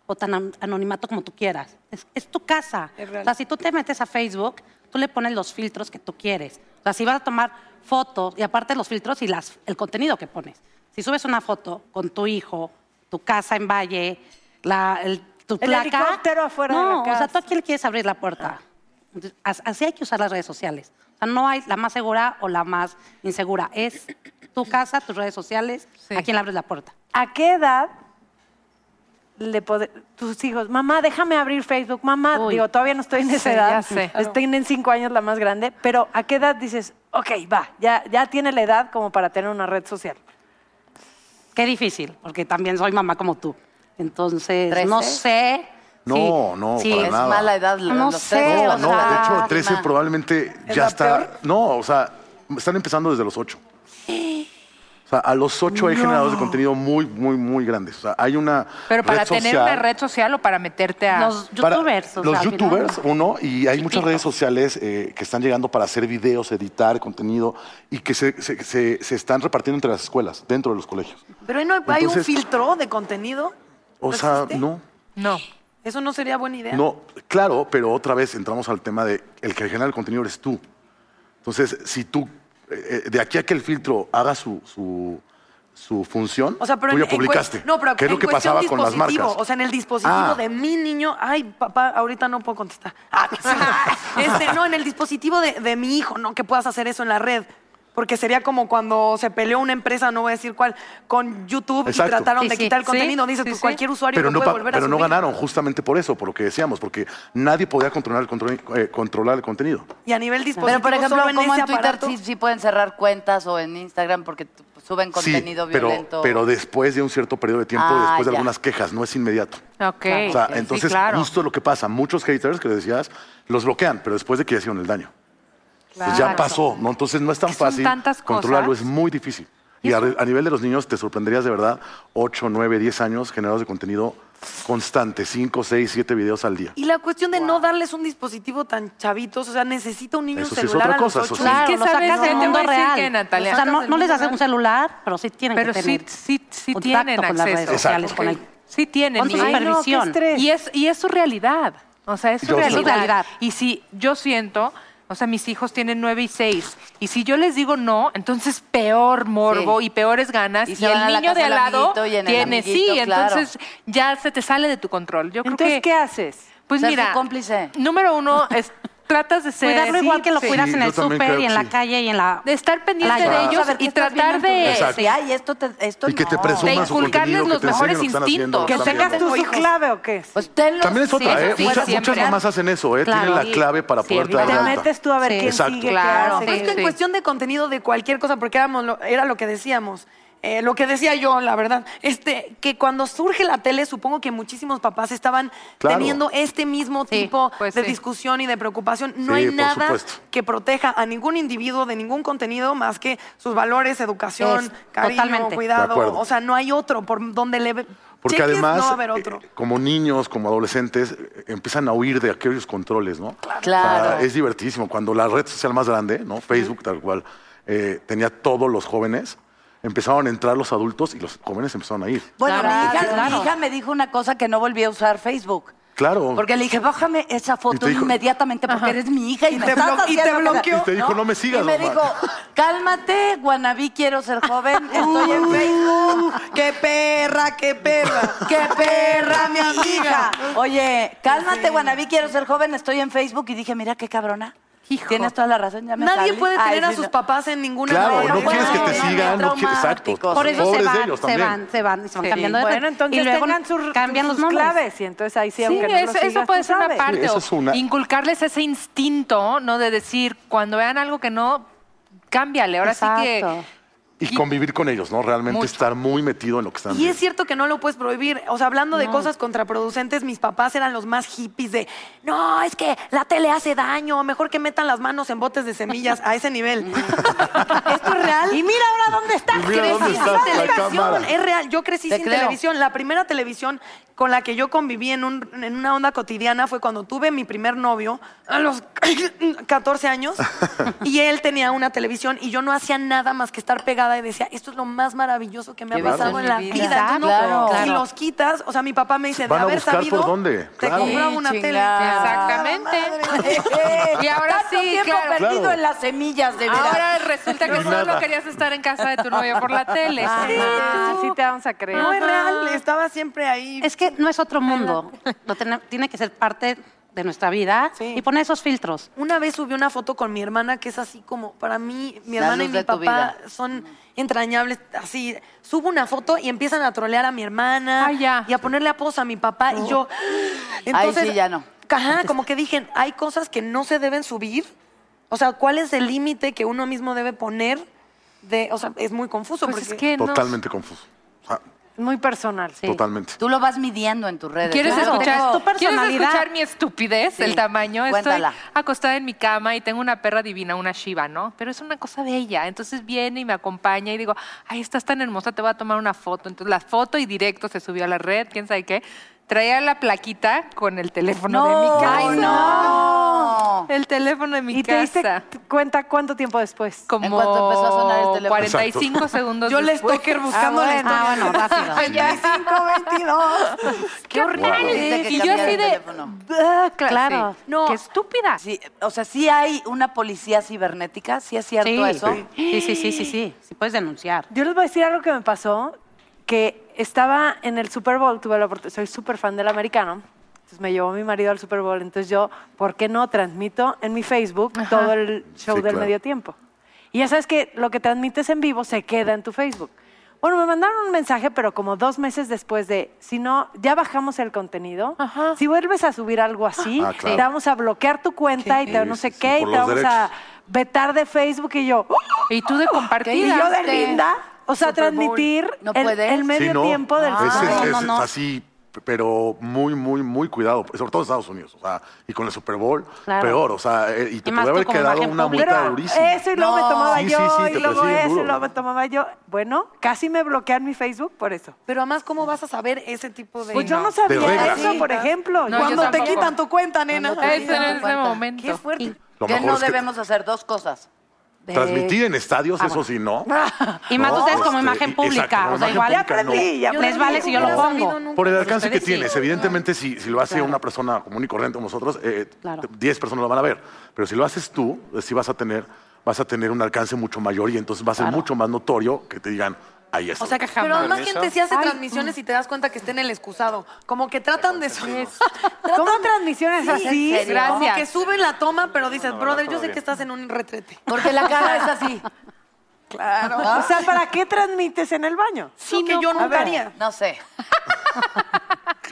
S7: o tan an- anonimato como tú quieras. Es, es tu casa.
S3: Es real.
S7: O sea, si tú te metes a Facebook, tú le pones los filtros que tú quieres. O sea, si vas a tomar fotos, y aparte los filtros y las, el contenido que pones. Si subes una foto con tu hijo, tu casa en Valle, la, el- tu
S2: El
S7: placa...
S2: helicóptero afuera de
S7: no,
S2: la
S7: o sea,
S2: casa.
S7: tú a quién le quieres abrir la puerta. Entonces, as- Así hay que usar las redes sociales. O sea, no hay la más segura o la más insegura. Es tu casa, tus redes sociales,
S5: Sí.
S7: a quién le abres la puerta.
S2: ¿A qué edad le pod- tus hijos, mamá, déjame abrir Facebook, mamá,
S7: Uy.
S2: digo, todavía no estoy en esa
S5: Sí,
S2: edad,
S5: ya sé.
S2: estoy en cinco años la más grande, pero ¿a qué edad dices, ok, va, ya, ya tiene la edad como para tener una red social?
S7: Qué difícil, porque también soy mamá como tú. Entonces,
S4: ¿Trece?
S7: no sé.
S6: No,
S7: si-
S6: no,
S7: si
S6: para
S7: es-
S4: es
S6: nada.
S4: mala edad.
S7: No
S4: los
S7: sé,
S4: tres,
S6: No,
S4: o
S6: no,
S4: sea,
S6: de hecho, 13
S4: ma-
S6: probablemente
S3: ¿Es
S6: ya
S3: la
S6: está.
S3: peor?
S6: No, o sea, están empezando desde los 8. O sea, a los 8 hay generadores de contenido muy, muy, muy grandes. O sea, hay una.
S5: Pero para
S6: red
S5: tener
S6: social-
S5: una red social o para meterte a...
S7: Los
S6: para-
S7: youtubers. o
S6: los
S7: sea, al final-
S6: youtubers, uno, y hay muchas
S7: Chiquitos.
S6: redes sociales eh, que están llegando para hacer videos, editar contenido y que se, se- se- se están repartiendo entre las escuelas, dentro de los colegios.
S3: Pero ahí no hay, hay un
S6: Entonces-
S3: filtro de contenido.
S6: O
S3: ¿No
S6: sea,
S3: existe?
S6: no.
S5: No.
S3: Eso no sería buena idea.
S6: No, claro, pero otra vez entramos al tema de el que genera el contenido eres tú. Entonces, si tú, eh, eh, de aquí a que el filtro haga su, su, su función,
S3: O sea, pero
S6: tú
S3: en-
S6: ya
S3: en
S6: publicaste.
S3: cuest- no, pero
S6: que es lo
S3: en
S6: que
S3: cuestión
S6: pasaba con las
S3: dispositivo,
S6: marcas.
S3: O sea, en el dispositivo
S6: Ah.
S3: de mi niño, ay, papá, ahorita no puedo contestar. Ah, *laughs* no, sí. Este, no, en el dispositivo de, de mi hijo, no que puedas hacer eso en la red. Porque sería como cuando se peleó una empresa, no voy a decir cuál, con YouTube
S6: Exacto.
S3: y trataron
S5: Sí,
S3: de
S5: sí.
S3: quitar el
S5: Sí,
S3: contenido. Dices,
S5: sí,
S3: pues
S5: sí.
S3: cualquier usuario
S6: pero
S3: lo
S6: no,
S3: puede
S6: pa-
S3: volver a
S6: pero no
S3: subir.
S6: ganaron justamente por eso, por lo que decíamos, porque nadie podía controlar el, contro- eh, controlar el contenido.
S3: Y a nivel dispositivo,
S4: Pero, por ejemplo,
S3: Pues solo en
S4: como
S3: ese
S4: en Twitter
S3: aparato-
S4: sí, sí pueden cerrar cuentas o en Instagram porque t- suben contenido
S6: sí, pero,
S4: violento.
S6: pero después de un cierto periodo de tiempo,
S4: Ah,
S6: después de
S4: ya.
S6: algunas quejas, no es inmediato.
S5: Ok.
S6: O sea,
S5: sí,
S6: entonces,
S5: claro.
S6: justo lo que pasa, muchos haters que decías, los bloquean, pero después de que ya hicieron el daño. Pues ya
S5: Claro.
S6: pasó, ¿no? Entonces no es tan
S5: Que son
S6: fácil
S5: tantas
S6: controlarlo,
S5: cosas.
S6: es muy difícil. Y a, a nivel de los niños te sorprenderías de verdad 8, 9, 10 años generados de contenido constante, 5, 6, 7 videos al día.
S3: Y la cuestión de no darles un dispositivo tan chavitos, o sea, necesita un niño
S6: Eso
S3: un
S6: sí es
S3: celular
S6: otra
S3: a los
S6: cosa, eso
S3: ocho.
S6: sí.
S7: Claro,
S5: que
S7: lo
S5: sabes
S7: sacas
S5: que
S7: del
S5: te voy a
S7: mundo
S5: decir
S7: real.
S5: que, Natalia,
S7: o sea, no,
S5: sacas del
S7: no les
S5: mundo
S7: haces un
S5: real.
S7: celular, pero sí tienen
S5: Pero
S7: que
S5: sí,
S7: tener
S5: sí, sí
S7: contacto
S5: tienen
S7: con las redes
S5: acceso.
S7: sociales,
S6: Exacto.
S7: con el-
S5: Sí tienen.
S7: con su
S5: y- Ay, no,
S7: supervisión.
S5: y, es, y es su realidad. O sea, es su
S6: Yo
S5: realidad.
S6: sé.
S7: Realidad.
S5: Y si yo siento, o sea, mis hijos tienen nueve y seis, y si yo les digo no, entonces peor morbo
S4: Sí.
S5: y peores ganas.
S4: Y
S5: Y,
S4: se van a
S5: el
S4: la
S5: niño
S4: casa
S5: de al
S4: del
S5: lado
S4: amiguito y en el
S5: tiene, sí,
S4: amiguito, claro.
S5: entonces ya se te sale de tu control. Yo creo
S2: Entonces,
S5: que,
S2: ¿qué haces?
S5: pues
S4: Ser su
S5: mira,
S4: cómplice.
S5: número
S4: *laughs*
S5: uno es tratas de ser
S7: Cuidarlo igual que lo
S5: Sí.
S7: cuidas
S6: Sí,
S7: en
S6: yo
S7: el
S6: también creo
S7: súper y
S6: que
S7: en la
S6: sí.
S7: calle y en la...
S5: de estar pendiente
S7: playa.
S5: de
S6: Claro.
S5: ellos
S4: Saber qué
S5: y
S4: estás
S5: tratar
S4: viendo en tu
S5: de,
S4: red.
S6: Exacto.
S4: Sí, ay, esto, te- esto
S6: Y que te
S4: no.
S5: De
S6: presuman su
S5: inculcarles
S6: contenido,
S5: los
S6: que te enseñen
S5: mejores
S6: lo que están haciendo, lo
S5: instintos.
S6: que
S2: ¿Que
S6: están
S2: tengas tú
S6: viendo.
S2: su clave o qué?
S4: Pues tenlos,
S6: También es
S4: sí,
S6: otra,
S4: eso
S6: ¿eh?
S4: sí,
S6: Muchas-
S4: eso sí,
S6: muchas
S4: pues, siempre.
S6: mamás hacen eso, ¿eh? Tienen
S5: Claro.
S6: la clave para
S5: Sí,
S6: poderte dar
S2: Te
S6: de
S5: evidentemente.
S6: alta.
S2: metes tú a ver
S4: Sí.
S2: qué
S6: Exacto.
S2: sigue,
S5: Claro.
S2: qué
S3: Pero es
S2: hace.
S3: que en
S5: Sí.
S3: cuestión de contenido de cualquier cosa, porque éramos lo- era lo que decíamos. eh, lo que decía yo, la verdad, este, que cuando surge la tele, supongo que muchísimos papás estaban
S6: Claro.
S3: teniendo este mismo
S5: Sí,
S3: tipo
S5: pues
S3: de
S5: sí.
S3: discusión y de preocupación. No
S6: Sí,
S3: hay
S6: por
S3: nada
S6: supuesto.
S3: que proteja a ningún individuo de ningún contenido más que sus valores, educación,
S7: Es-
S3: cariño,
S7: totalmente.
S6: De
S3: cuidado.
S6: acuerdo.
S3: O sea, no hay otro por donde le
S6: Porque
S3: cheques,
S6: además,
S3: no va a haber otro.
S6: eh, como niños, como adolescentes, eh, empiezan a huir de aquellos controles, ¿no?
S4: Claro.
S6: O sea, es divertidísimo. Cuando la red social más grande, ¿no? Facebook, tal cual, eh, tenía todos los jóvenes, empezaron a entrar los adultos y los jóvenes empezaron a ir.
S4: Bueno,
S7: Claro,
S4: mi, hija,
S7: claro.
S4: mi hija me dijo una cosa que no volví a usar Facebook.
S6: Claro.
S4: Porque le dije, bájame esa
S6: Y
S4: foto
S6: te dijo-
S4: inmediatamente porque eres mi hija y,
S3: Y
S4: me
S3: te
S4: estás
S3: blo- y te
S4: haciendo que-
S3: bloqueó.
S6: Y te dijo, "No me sigas,
S4: Y me
S6: mamá".
S4: dijo, cálmate, guanabí, quiero ser joven, estoy en Facebook.
S3: ¡Qué perra, qué
S6: *laughs*
S3: perra!
S4: ¡Qué perra, mi hija! Oye, cálmate, guanabí, quiero ser joven, estoy en Facebook. Y dije, mira qué cabrona.
S5: Hijo.
S4: Tienes toda la razón, ya me
S3: Nadie
S4: salí.
S3: puede
S4: Ay,
S3: tener a
S4: sí,
S3: sus
S4: no.
S3: papás en ninguna
S6: Claro,
S3: red.
S6: no
S4: bueno,
S6: quieres que te
S4: no,
S6: sigan,
S4: no,
S6: no quieres, exacto.
S4: traumáticos.
S7: Por eso se
S6: Pobres de
S7: van,
S6: ellos
S7: se
S6: también.
S7: van, se van, y se van
S5: Sí.
S7: cambiando de
S2: Bueno,
S7: red.
S2: entonces
S7: y luego
S2: tengan sus,
S7: cambian
S2: sus
S7: los nombres.
S2: claves y entonces ahí sí,
S5: Sí,
S2: aunque no
S5: eso,
S2: lo
S5: eso
S2: sigas,
S5: puede
S2: tú
S5: ser una
S2: sabes.
S5: parte.
S6: Sí, esa
S5: o
S6: es una.
S5: Inculcarles ese instinto, ¿no? De decir, cuando vean algo que no, cámbiale. Ahora sí que.
S7: Exacto.
S6: Y convivir con ellos, ¿no? Realmente
S5: Mucho.
S6: estar muy metido en lo que están
S3: Y
S6: viendo.
S3: es cierto que no lo puedes prohibir. O sea, hablando de cosas contraproducentes, mis papás eran los más hippies de, no, es que la tele hace daño, mejor que metan las manos en botes de semillas a ese
S6: *laughs*
S3: nivel. Esto es real.
S7: Y mira ahora dónde estás.
S6: Y mira dónde
S3: Crecí
S6: estás,
S3: sin
S6: la
S3: televisión,
S6: cámara.
S3: es real. Yo crecí
S4: Te
S3: sin
S4: creo.
S3: televisión. La primera televisión con la que yo conviví en, un- en una onda cotidiana fue cuando tuve mi primer novio a los *coughs* 14
S6: *laughs*
S3: años y él tenía una televisión y yo no hacía nada más que estar pegada y decía, esto es lo más maravilloso que me ha
S4: Qué
S3: pasado
S4: bello
S3: en
S4: es
S3: la
S4: mi
S3: vida.
S4: vida.
S3: Entonces, no,
S4: Claro,
S3: si
S4: claro.
S3: los quitas, o sea, mi papá me dice, de
S6: Van a
S3: haber
S6: buscar por
S3: sabido,
S6: dónde,
S3: te
S6: claro.
S3: compraba
S4: Sí,
S3: una tele.
S4: chingada.
S5: Exactamente.
S2: Ah,
S5: *laughs* y ahora
S4: Tanto
S5: sí,
S4: tiempo
S5: claro.
S4: perdido
S6: Claro.
S4: en las semillas de verdad.
S5: Ahora resulta que
S6: Y
S5: solo
S6: nada.
S5: querías estar en casa de tu novio por la tele.
S2: Ah, sí te vamos a creer.
S3: *laughs* No es real, estaba siempre ahí.
S7: Es que no es otro mundo. Lo tiene, tiene que ser parte de nuestra vida
S3: Sí.
S7: y poner esos filtros.
S3: Una vez subí una foto con mi hermana que es así como, para mí, mi
S4: La
S3: hermana
S4: luz
S3: y
S4: de
S3: mi
S4: tu
S3: papá son entrañables, así. Subo una foto y empiezan a trolear a mi hermana
S5: Ay, ya.
S3: y a ponerle apodos a mi papá y yo...
S4: sí, ya no.
S3: Ajá, como que dije, hay cosas que no se deben subir. O sea, ¿cuál es el límite que uno mismo debe poner? De, o sea, es muy confuso
S5: Pues
S3: porque
S5: es que no.
S6: Totalmente confuso. O sea,
S2: Muy personal.
S6: Totalmente.
S4: Tú lo vas midiendo en tus redes.
S5: ¿Quieres,
S4: Claro.
S5: escuchar,
S7: Es tu
S5: ¿Quieres
S7: personalidad.
S5: escuchar mi estupidez,
S4: Sí.
S5: el tamaño?
S4: Cuéntala.
S5: Estoy acostada en mi cama y tengo una perra divina, una Shiva, ¿no? Pero es una cosa bella. Entonces viene y me acompaña y digo, ay, estás tan hermosa, te voy a tomar una foto. Entonces la foto y directo se subió a la red, quién sabe qué. Traía la plaquita con el teléfono de mi
S4: No,
S5: casa.
S4: ay, no. teléfono.
S5: El teléfono de mi
S2: ¿Y te
S5: casa.
S2: diste t- cuenta cuánto tiempo después?
S5: Como
S4: ¿En cuánto empezó a sonar el teléfono?
S5: 45 segundos
S3: Yo les
S5: después.
S3: toqué buscando la historia.
S7: Ah, bueno, rápido.
S3: 25,
S4: Qué horrible.
S5: Y yo así de... "Ah, cla-
S7: Claro.
S5: sí. No. Qué estúpida.
S4: Sí, o sea, sí hay una policía cibernética, sí es cierto
S7: Sí,
S4: eso.
S7: sí, sí, sí, sí, sí. Sí puedes denunciar.
S2: Yo les voy a decir algo que me pasó, que estaba en el Super Bowl, tuve la oportunidad, soy súper fan del americano, entonces me llevó mi marido al Super Bowl, entonces yo, ¿por qué no transmito en mi Facebook todo el show
S6: Sí,
S2: del
S6: claro.
S2: medio tiempo? Y ya sabes que lo que transmites en vivo se queda en tu Facebook. Bueno, me mandaron un mensaje, pero como dos meses después de, si no, ya bajamos el contenido, si vuelves a subir algo así,
S6: Ah, claro.
S2: te vamos a bloquear tu cuenta y te
S6: Sí,
S2: no sé
S6: sí, sí,
S2: qué, y
S6: por
S2: te
S6: los
S2: vamos a
S6: derechos.
S2: vetar de Facebook y yo... ¡Oh!
S5: Y tú de
S2: Y
S5: compartir.
S2: yo de linda, o sea,
S3: Super Bowl.
S2: transmitir
S4: ¿No
S2: el,
S4: puedes?
S2: el medio
S6: Sí, ¿no?
S2: tiempo del
S6: Es-
S2: Super
S6: es-
S2: Bowl.
S6: es
S7: no, no.
S6: así, p- pero muy, muy, muy cuidado, sobre todo en Estados Unidos. O sea, y con el Super Bowl,
S7: Claro.
S6: peor. O sea, eh, y te
S7: Y más
S6: puede haber
S7: tú como
S6: quedado
S7: imagen
S6: una
S7: pública.
S6: multa
S2: Pero
S6: durísima.
S2: eso y luego me
S4: No.
S2: tomaba
S6: Sí,
S2: yo,
S6: sí, sí,
S2: y
S6: te
S2: luego
S6: persiguen
S2: eso,
S6: duro,
S2: y luego
S6: ¿no?
S2: me tomaba yo. Bueno, casi me bloquean mi Facebook por eso.
S3: Pero además, ¿cómo vas a saber ese tipo de...?
S2: Pues yo no
S6: De
S2: sabía
S6: reglas.
S2: eso, por ejemplo. Yo-
S5: No, yo
S3: Cuando te
S5: tampoco.
S3: quitan tu cuenta, nena.
S5: te Eso en ese momento.
S3: Qué fuerte.
S6: Lo
S4: Que
S6: mejor
S4: no
S6: es que-
S4: debemos hacer dos cosas.
S6: Transmitir en estadios, eso sí, no.
S7: *laughs* Y más
S6: No,
S7: ustedes como
S6: este,
S7: imagen
S6: exacto, como
S7: pública.
S6: imagen
S7: o sea, igual
S6: pública, no.
S2: aprendí, ya
S7: les vale si yo lo pongo.
S6: Por el alcance que tienes, evidentemente, si, si lo hace una persona común y corriente como nosotros, eh,
S7: Claro.
S6: 10 personas lo van a ver. Pero si lo haces tú, eh, sí vas a tener, vas a tener un alcance mucho mayor y entonces va a ser mucho más notorio que te digan, ahí está.
S7: O sea que
S3: Pero
S7: jamás.
S3: además, gente sí hace
S4: mm.
S3: transmisiones y te das cuenta que está en el excusado. Como que tratan de... *laughs*
S2: ¿Cómo transmisiones así?
S4: serio? Gracias.
S3: Como que suben la toma, pero dices, brother, yo sé que estás en un
S4: *laughs*
S3: retrete.
S4: Porque la cara es así.
S2: O sea, ¿para qué transmites en el baño?
S3: Sí, que yo nunca haría.
S4: *laughs* No sé.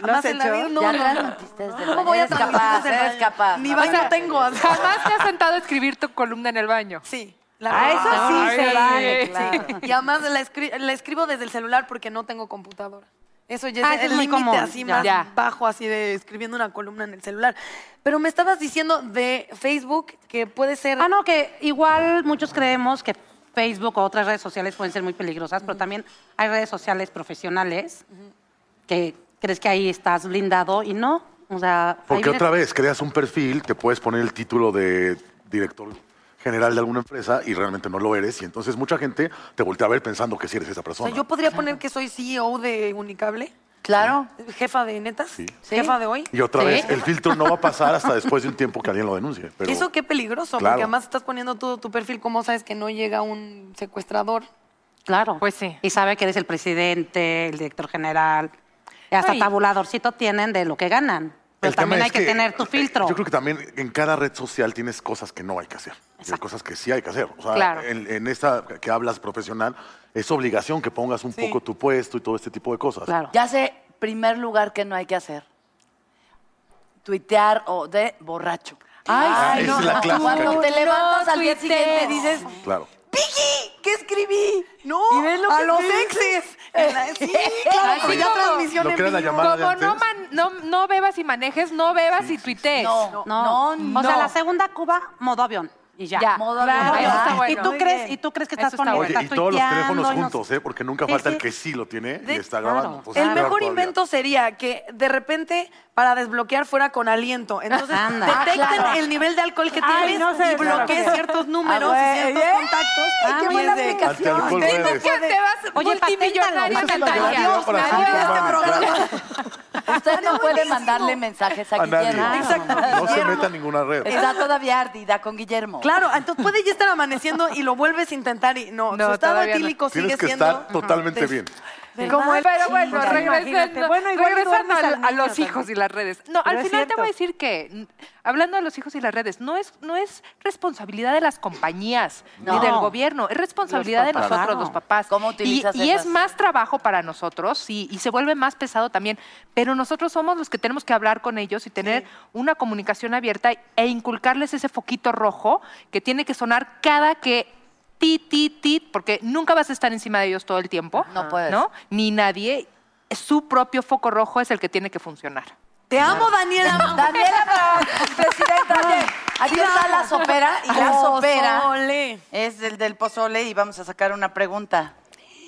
S2: ¿Lo
S3: Además,
S2: has
S3: en la
S2: hecho?
S3: vida, no,
S4: ya
S3: no, no.
S4: transmitiste desde el
S3: ¿Cómo
S4: baño.
S3: voy a
S4: Eres
S3: transmitir
S4: capaz,
S3: desde el
S4: eres
S3: baño?
S4: capaz.
S3: Ni
S4: No,
S3: baño
S4: no.
S3: tengo. o sea,
S5: Jamás te has sentado a escribir tu columna en el baño.
S3: Sí. La
S2: A
S3: verdad.
S2: eso sí
S5: Ay,
S2: se
S5: sí.
S2: vale, claro.
S3: Sí. Y además la, escri- la escribo desde el celular porque no tengo computadora. Eso ya
S4: Ah,
S3: es
S4: eso es
S3: el
S4: muy
S3: límite
S4: común,
S3: así
S4: ya.
S3: más
S5: Ya.
S3: bajo, así de escribiendo una columna en el celular. Pero me estabas diciendo de Facebook que puede ser...
S7: Ah, no, que igual muchos creemos que Facebook o otras redes sociales pueden ser muy peligrosas, pero también hay redes sociales profesionales que crees que ahí estás blindado y no. O sea, ahí
S6: Porque
S7: viene-
S6: otra vez creas un perfil, te puedes poner el título de director general de alguna empresa y realmente no lo eres. Y entonces mucha gente te voltea a ver pensando que sí eres esa
S3: o
S6: persona.
S3: sea, yo podría poner que soy CEO de Unicable,
S4: Claro.
S3: jefa de netas,
S6: Sí.
S3: jefa de hoy.
S6: Y otra
S4: Sí.
S6: vez, el filtro no va a pasar hasta después de un tiempo que alguien lo denuncie. Pero
S3: Eso qué peligroso,
S6: Claro.
S3: porque además estás poniendo todo tu perfil, como sabes que no llega un secuestrador.
S7: Claro.
S5: Pues sí.
S7: Y sabe que eres el presidente, el director general. Y hasta
S5: Ay.
S7: tabuladorcito tienen de lo que ganan. Pero
S6: El tema
S7: también
S6: es
S7: hay que, tener tu
S6: eh,
S7: filtro.
S6: Yo creo que también en cada red social tienes cosas que no hay que hacer. Y hay cosas que sí hay que hacer. O sea,
S5: Claro.
S6: en, en esta que hablas profesional, es obligación que pongas un poco tu puesto y todo este tipo de cosas.
S7: Claro.
S4: Ya sé, primer lugar que no hay que hacer. Tuitear o de borracho.
S6: Ah,
S4: Ay,
S6: esa es la clásica.
S4: Cuando te levantas al día siguiente dices,
S6: Claro.
S3: ¿Qué escribí? No,
S2: ¿Y ves lo
S3: a
S2: que
S3: los
S2: escribiste?
S3: exes. En la- Sí, claro,
S5: Así
S3: pero ya
S5: como-
S3: transmisión
S6: Lo
S3: en
S6: que era la
S3: vivo.
S6: llamada de
S5: Como no,
S6: antes.
S5: man- no, no bebas y manejes, no bebas y tuitees.
S4: no,
S7: No,
S4: no,
S7: O sea,
S5: no.
S7: la segunda Cuba, modo avión. Y ya.
S5: Ya.
S4: Modo
S5: Claro.
S4: avión.
S5: Eso está
S7: Ah,
S5: bueno.
S7: ¿Y, tú
S5: Muy
S7: crees,
S5: bien.
S7: y tú crees que
S5: Eso
S7: estás
S5: está
S7: poniendo,
S5: bueno.
S6: Oye,
S7: estás
S6: y todos los
S7: tuiteando
S6: teléfonos
S7: y no sé-
S6: juntos, ¿eh? Porque nunca
S7: Sí,
S6: falta el
S7: sí.
S6: que sí lo tiene y
S3: De-
S6: está
S3: claro.
S6: grabando. pues,
S3: el
S6: peor
S3: mejor
S6: todavía.
S3: invento sería que de repente para desbloquear fuera con aliento. Entonces
S7: Anda.
S3: detecten
S4: Ah, claro.
S3: el nivel de alcohol que
S2: Ay,
S3: tienes
S2: no sé,
S3: y bloqueen
S2: claro.
S3: ciertos números
S2: Ah,
S3: y ciertos
S2: güey,
S3: contactos.
S4: qué
S3: Y
S4: buena
S3: es de-
S4: aplicación.
S6: Antialcohol
S5: Imagínate
S6: redes.
S5: que te vas
S7: Oye,
S5: multimillonaria
S6: Esa
S7: paténtalo.
S6: es la
S5: Natalia.
S6: gran idea para
S5: Adiós,
S6: Silicon
S5: este
S6: Valley,
S5: programa.
S6: claro.
S4: Usted no puede mandarle mensajes a,
S6: A nadie.
S4: Guillermo.
S6: No se meta en ninguna red.
S4: Está todavía ardida con Guillermo.
S3: Claro, entonces puede ya estar amaneciendo y lo vuelves a intentar y no,
S5: No,
S3: su estado
S5: todavía no.
S3: etílico sigue
S6: Tienes que
S3: siendo
S6: estar totalmente
S3: de-
S6: bien.
S2: Como el
S5: Pero bueno,
S2: chingo,
S5: regresando,
S2: imagínate. Bueno, igual
S5: regresando
S2: duermes
S5: al-
S2: al
S5: a
S2: niño
S5: los hijos
S2: también.
S5: y las redes. No,
S2: Pero
S5: al
S2: es
S5: final te voy a
S2: cierto.
S5: decir que, n- hablando de los hijos y las redes, no es, no es responsabilidad de las compañías ni
S4: No.
S5: del gobierno, es responsabilidad de
S7: papás.
S5: nosotros,
S7: Claro.
S5: los papás.
S4: ¿Cómo
S5: Y-
S4: utilizas
S5: y es
S4: esas?
S5: más trabajo para nosotros y, y se vuelve más pesado también, pero nosotros somos los que tenemos que hablar con ellos y tener una comunicación abierta e inculcarles ese foquito rojo que tiene que sonar cada que tit, tit, tit, porque nunca vas a estar encima de ellos todo el tiempo.
S4: No puedes.
S5: ¿no? Ni nadie. Su propio foco rojo es el que tiene que funcionar.
S3: Te amo, Daniela.
S4: Daniela, Bravo, presidenta, oye, aquí está la sopera y la sopera
S3: Pozole.
S4: es el del pozole y vamos a sacar una pregunta.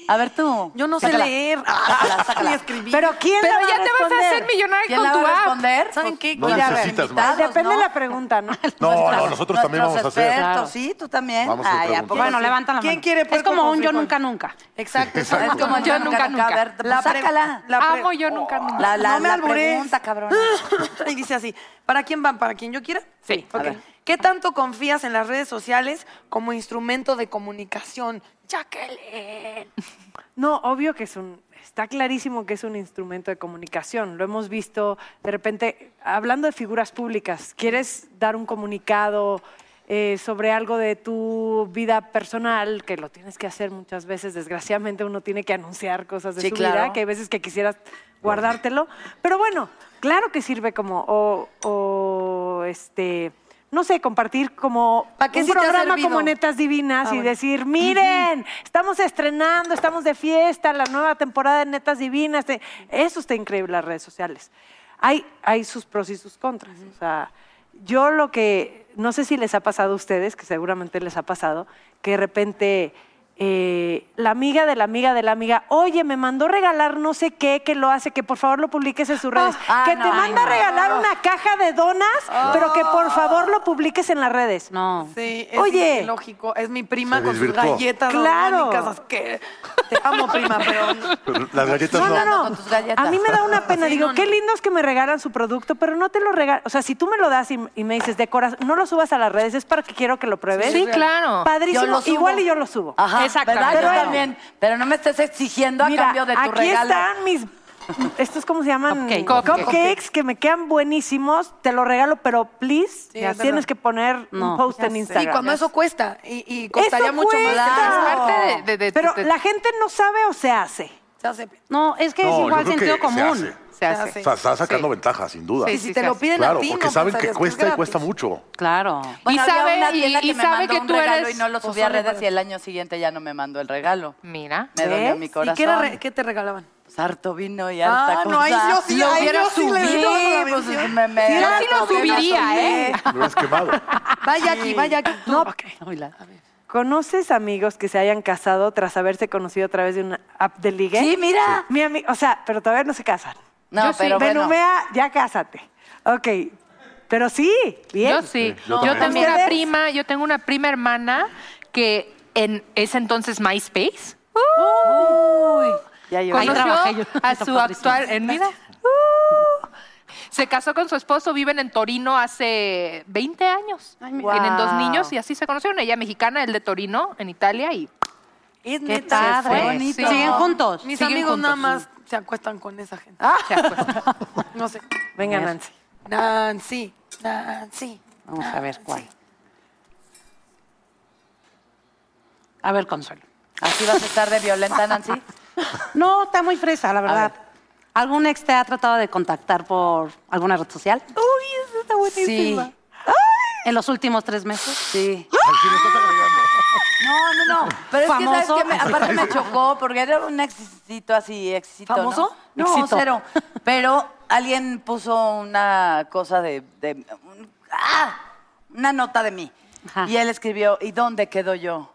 S4: A ver tú.
S3: Yo no sé
S4: Sácala. Ah,
S3: leer
S4: *laughs* Sácala, sácala.
S3: ni escribir.
S2: Pero ¿quién
S5: Pero
S2: la va
S5: ya
S2: a
S5: te vas a
S2: responder?
S5: hacer millonario
S4: ¿Quién
S5: con
S4: la
S5: tu
S4: va a
S5: app.
S4: responder?
S3: ¿Saben qué?
S6: No
S3: Mira,
S4: Mira, a ver,
S6: necesitas
S4: invitados,
S6: más.
S2: Depende
S4: ¿no?
S2: de la pregunta, ¿no?
S6: No,
S4: Nuestros-
S6: no, nosotros también
S4: nuestros
S6: vamos a hacer.
S4: expertos,
S6: Claro.
S4: sí, tú también.
S6: Vamos a hacer
S4: Ay,
S6: preguntas.
S4: poco
S7: Bueno,
S4: sí?
S7: levanta la
S3: ¿Quién
S7: mano.
S3: quiere, pues,
S7: es como un yo
S3: consejón?
S7: nunca, nunca.
S3: Exacto.
S6: Exacto.
S4: Es como yo nunca, nunca. A ver,
S3: La
S4: pues,
S3: pre-
S4: sácala.
S3: la pre-
S5: Amo yo nunca, nunca.
S4: La, la,
S3: No me
S4: la
S3: albures.
S4: pregunta, cabrón.
S3: *laughs* y dice así, ¿para quién van? ¿Para quien yo quiera?
S5: Sí.
S3: Ok. ¿Qué tanto confías en las redes sociales como instrumento de comunicación? Jacqueline.
S2: No, obvio que es un, está clarísimo que es un instrumento de comunicación. Lo hemos visto de repente, hablando de figuras públicas, quieres dar un comunicado eh, sobre algo de tu vida personal, que lo tienes que hacer muchas veces. Desgraciadamente uno tiene que anunciar cosas de
S4: Sí,
S2: su
S4: claro.
S2: vida, que hay veces que quisieras guardártelo. Pero bueno, claro que sirve como, o, o, este... No sé, compartir como
S3: ¿Pa' qué
S2: un
S3: sí te ha
S2: programa
S3: servido?
S2: como Netas Divinas
S3: Ah,
S2: y
S3: bueno.
S2: decir, miren, estamos estrenando, estamos de fiesta, la nueva temporada de Netas Divinas. te- Eso está increíble, las redes sociales. Hay, hay sus pros y sus contras. O sea, yo lo que, no sé si les ha pasado a ustedes, que seguramente les ha pasado, que de repente eh, la amiga de la amiga de la amiga, oye, me mandó regalar no sé qué, que lo hace, que por favor lo publiques en sus redes.
S4: ah,
S2: que
S4: no,
S2: te
S4: ay,
S2: manda a
S4: no. Ah.
S2: regalar una caja de donas, pero que por favor lo publiques en las redes.
S7: No.
S3: Sí,
S2: Oye.
S3: lógico. Es mi prima
S6: Se
S3: con sus
S6: desvirtuó.
S3: galletas
S2: Claro.
S3: orgánicas. que Te amo, prima, *laughs* pero
S6: Pero Las galletas no.
S2: No, no, no.
S4: Con tus galletas.
S2: A mí me da una pena.
S3: Sí,
S2: Digo,
S3: no,
S2: qué
S3: no.
S2: lindos que me regalan su producto, pero no te lo regalan. O sea, si tú me lo das y, y me dices, de corazón, no lo subas a las redes, es para que quiero que lo pruebes.
S5: Sí, claro.
S4: Yo lo
S2: Padrísimo.
S4: subo.
S2: Igual y yo lo subo.
S4: Ajá,
S5: Exacto.
S4: ¿verdad? Yo
S2: Pero bueno.
S4: también. Pero no me estés exigiendo a
S2: Mira,
S4: cambio de tu
S2: aquí
S4: regalo.
S2: están mis... Estos, ¿cómo se llaman?
S4: Cupcake.
S2: Cupcakes,
S5: Cupcake.
S2: que me quedan buenísimos. Te lo regalo, pero please,
S3: Sí,
S2: ya
S3: es
S2: tienes
S3: verdad.
S2: que poner
S4: No,
S2: un post
S4: ya
S2: en
S4: sé.
S2: Instagram.
S3: Y cuando eso cuesta. Y, y costaría
S2: Eso
S3: mucho
S2: cuesta.
S3: más.
S5: Es parte de- de- de-
S2: pero
S5: de-
S2: la gente no sabe o se hace.
S3: Se hace-
S7: No, es que
S6: No,
S7: es
S6: yo
S7: igual
S6: creo
S7: sentido
S6: que se
S7: común.
S6: hace.
S5: Se
S3: Se
S5: hace.
S6: O
S3: hace.
S6: sea, está sacando
S5: Sí.
S6: ventaja, sin duda.
S3: Y
S5: Sí,
S3: si
S5: sí,
S3: te
S5: se
S3: lo
S5: hace.
S3: piden a
S6: Claro,
S3: ti,
S6: porque
S3: no
S6: saben que
S3: pensarías es
S6: cuesta y
S3: gratis.
S6: cuesta mucho.
S7: Claro.
S5: Y
S4: había
S5: sabe-
S4: una tienda
S5: y-
S4: que
S5: y
S4: me
S5: sabe
S4: mandó
S5: que
S4: un
S5: tú
S4: regalo
S5: eres
S4: y no lo subí a
S3: pozole
S4: redes
S3: para-
S4: y el año siguiente ya no me mandó el regalo.
S5: Mira.
S4: Me dolió
S2: ¿Ves?
S4: mi
S3: ¿Y
S4: corazón.
S3: qué, era re- qué te regalaban?
S4: Pues harto vino y
S3: Ah,
S4: harta cosa.
S3: no, ahí yo sí-
S4: lo
S3: ahí
S4: hubiera
S3: yo sí le
S4: subido.
S3: doy la
S4: pues,
S3: mención.
S4: me, me-
S3: Sí, yo
S5: sí lo
S4: harto que no
S5: subiría,
S4: subí.
S5: ¿eh?
S6: Me hubieras quemado.
S3: Vaya aquí, vaya aquí. Tú.
S2: No,
S4: Ay, la-
S2: ¿Conoces amigos que se hayan casado tras haberse conocido a través de una app de ligue?
S4: Sí, mira.
S2: Mi ami- o sea, pero todavía no se casan.
S4: No, pero bueno.
S2: Benumea, ya cásate. Ok, pero sí, bien.
S5: Yo sí.
S6: Sí, yo
S5: Yo,
S6: también.
S5: tengo una
S2: ¿Ustedes?
S5: prima, yo tengo una prima hermana que en ese entonces MySpace
S4: Ya yo-
S7: Ahí
S5: conoció
S7: trabajé yo.
S5: a
S7: Está
S5: su
S7: padrísimo.
S5: actual en mira. Uh, se casó con su esposo, viven en Torino hace 20 años.
S4: mira.
S5: Tienen dos
S4: Wow.
S5: niños y así se conocieron. Ella mexicana, él de Torino, en Italia y
S3: Es
S4: Qué
S3: neta.
S4: padre.
S5: fue, sí.
S7: ¿Siguen juntos?
S3: Ah, Mis
S5: Siguen
S3: amigos nada
S5: juntos, sí.
S3: más se acuestan con esa gente.
S4: Ah.
S5: se acuestan.
S3: No sé.
S2: Venga, Nancy.
S3: Nancy, Nancy.
S7: Vamos a ver cuál. A ver, Consuelo.
S4: Así vas a estar de violenta, Nancy.
S7: No, está muy fresa, la verdad. ¿Algún ex te ha tratado de contactar por alguna red social?
S2: Uy, eso está buenísima.
S7: Sí. ¿En los últimos tres meses? Sí.
S6: Ay, sí, me estás agregando.
S4: No, no, no. Pero es que sabes
S7: Famoso.
S4: que me- aparte me chocó porque era un éxito así, éxito.
S7: ¿Famoso?
S4: No, no
S7: Éxito.
S4: cero. Pero alguien puso una cosa de. de- un- ¡ah! Una nota de mí.
S7: Ajá.
S4: Y él escribió, ¿y dónde quedo yo?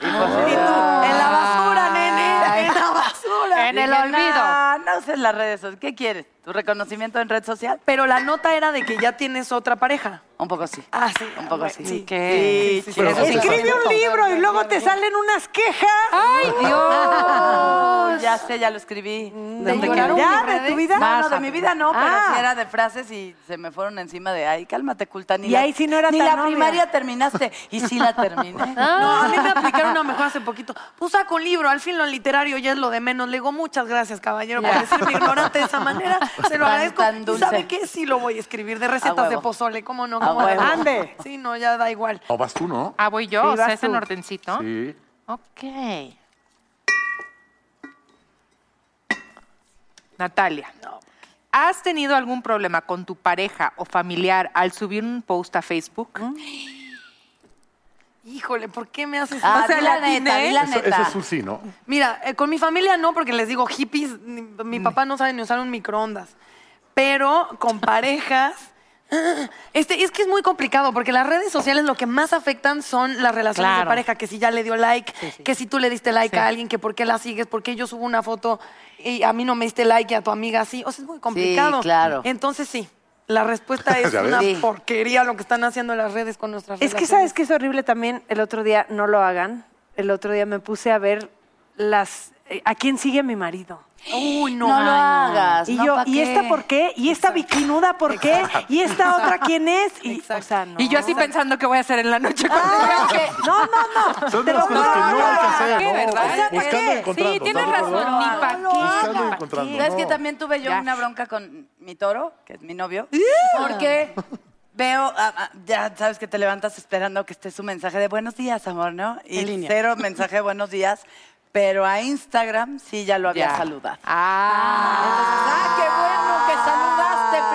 S4: Y pues,
S2: Ah.
S3: En la basura,
S4: Ay.
S3: nene. En la basura.
S5: En el
S4: dije,
S5: olvido.
S4: "Nah, No uses las redes sociales. ¿Qué quieres? ¿Tu reconocimiento en red social?
S3: Pero la nota era de que ya tienes otra pareja.
S4: Un poco sí.
S3: Ah, sí.
S4: Un poco sí.
S3: Sí.
S4: Sí, sí,
S6: Pero
S4: sí.
S6: no se
S2: Escribe un libro y luego te salen unas quejas.
S5: ¡Ay, Dios!
S4: Ya sé, ya lo escribí.
S2: ¿Te
S3: ¿Te lloraron
S2: lloraron ya
S3: mis
S2: de
S3: redes?
S2: tu vida?
S4: No, no, de mi vida no, pero
S2: Ah.
S4: sí era de frases y se me fueron encima de, ay, cálmate, culta. Ni
S2: Y
S4: la-
S2: ahí sí no era
S4: Ni
S2: tan
S4: la
S2: novia.
S4: primaria terminaste. Y sí la
S2: *laughs*
S4: terminé.
S3: No, a mí me aplicaron una mejor hace poquito. Pues saco un libro, al fin lo literario ya es lo de menos. Le digo, muchas gracias, caballero, por
S4: Ya.
S3: decirme ignorante de esa
S4: *laughs*
S3: manera. Se lo
S4: Tan,
S3: agradezco.
S4: tan
S3: ¿Y
S4: dulce. Ah,
S3: sabe qué? Sí lo voy a escribir de recetas
S4: huevo.
S3: de pozole, ¿cómo no?
S4: A
S3: ¿Cómo no?
S4: huevo.
S2: Ande.
S3: Sí, no, ya da igual.
S6: No, vas tú, ¿no?
S5: Ah, voy yo,
S2: Sí,
S5: o sea,
S2: vas
S5: es en
S2: tú.
S5: ordencito.
S6: Sí.
S5: Ok. Natalia, ¿has tenido algún problema con tu pareja o familiar al subir un post a Facebook?
S3: Híjole, ¿por qué me haces eh?
S4: Ah,
S3: o sea,
S4: di la
S3: le atiné.
S4: neta, di la
S6: Eso,
S4: neta.
S6: eso es un sí, ¿no?
S3: Mira, eh, con mi familia no, porque les digo hippies, ni- mi papá no sabe ni usar un microondas. Pero con parejas, *gasps* Este, es que es muy complicado porque las redes sociales lo que más afectan son las relaciones de
S7: Claro.
S3: pareja, que si ya le dio like,
S7: Sí, sí.
S3: que si tú le diste like
S7: Sí.
S3: a alguien, que por qué la sigues, por qué yo subo una foto y a mí no me diste like y a tu amiga sí. O sea, es muy complicado.
S4: claro.
S3: Entonces sí, la respuesta es
S6: *laughs* Ya ves.
S3: una
S4: Sí.
S3: porquería lo que están haciendo las redes con nuestras
S2: Es que
S3: relaciones.
S2: sabes que es horrible también. El otro día no lo hagan. El otro día me puse a ver las eh, a quién sigue mi marido.
S3: Uy, no.
S4: No lo hagas.
S2: Y
S4: no,
S2: yo,
S4: ¿pa'
S2: ¿y esta
S4: qué?
S2: por qué? ¿Y esta biquinuda por qué? ¿Y esta otra quién es? Y, o sea, no.
S5: Y yo así pensando qué voy a hacer en la noche con
S2: Ah, No, no, no.
S6: Son
S2: Te
S6: de las
S2: lo
S6: cosas que
S2: juro,
S6: no hay que hacer,
S5: ¿Qué,
S6: ¿no?
S5: verdad?
S6: O sea, Buscando y encontrando.
S5: Sí, tienes
S6: ¿sabes?
S5: razón,
S4: No,
S5: ni
S4: no
S5: pa'
S4: lo
S5: qué.
S6: Buscando y encontrando.
S4: ¿Sabes
S6: no.
S4: que también tuve yo
S5: Ya.
S4: una bronca con mi toro, que es mi novio? Porque veo, ah, ah, ya sabes que te levantas esperando que esté su mensaje de buenos días, amor, ¿no? Y cero mensaje de buenos días, pero a Instagram sí ya lo había
S5: Ya.
S4: saludado.
S5: Ah.
S4: Entonces, ah, qué bueno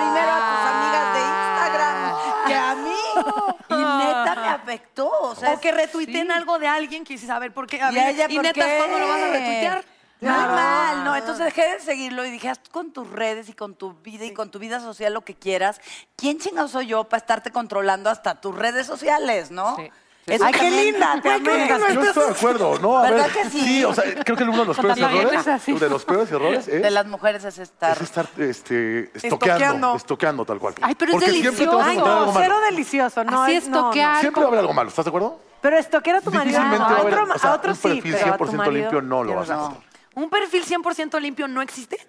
S4: que saludaste primero a tus
S5: Ah.
S4: amigas de Instagram que a mí. Y neta me afectó. O, sea,
S3: O que retuiteen algo de alguien que dices, a ver, ¿por qué? A
S4: Y, a
S3: ver,
S4: ella,
S3: y
S4: ¿por
S3: neta,
S4: qué?
S3: ¿cuándo lo vas a retuitear?
S4: Muy mal, ¿no? Entonces dejé de seguirlo y dije, haz con tus redes y con tu vida y con tu vida social lo que quieras. ¿Quién chingado soy yo para estarte controlando hasta tus redes sociales, no?
S5: Sí.
S4: Eso
S7: Ay, qué
S4: también-
S7: linda, te
S4: Ay, qué
S7: amé.
S4: linda.
S6: Yo estoy de acuerdo, ¿no? A
S4: ¿Verdad
S6: ver,
S4: que sí?
S6: o sea, creo que uno de los peores
S5: También es
S6: errores,
S5: así.
S6: de los peores errores es,
S4: De las mujeres es estar.
S6: es estar este,
S4: Estoqueando.
S6: estoqueando, estoqueando tal cual.
S5: Ay, pero es
S6: Porque siempre te vas a
S5: delicioso.
S6: encontrar algo
S2: No, cero
S6: malo.
S2: delicioso. No,
S5: Así
S2: es, no, no.
S5: estoquear.
S6: Siempre va a haber algo malo, ¿estás de acuerdo?
S2: Pero estoquear a tu marido.
S6: Difícilmente va
S2: a
S6: a haber,
S2: otro,
S6: o sea,
S2: a otro
S6: un
S2: sí,
S6: perfil
S2: pero a tu
S6: 100%
S2: marido-
S6: limpio no lo vas a
S4: No.
S6: encontrar.
S3: ¿Un perfil 100% limpio no existe?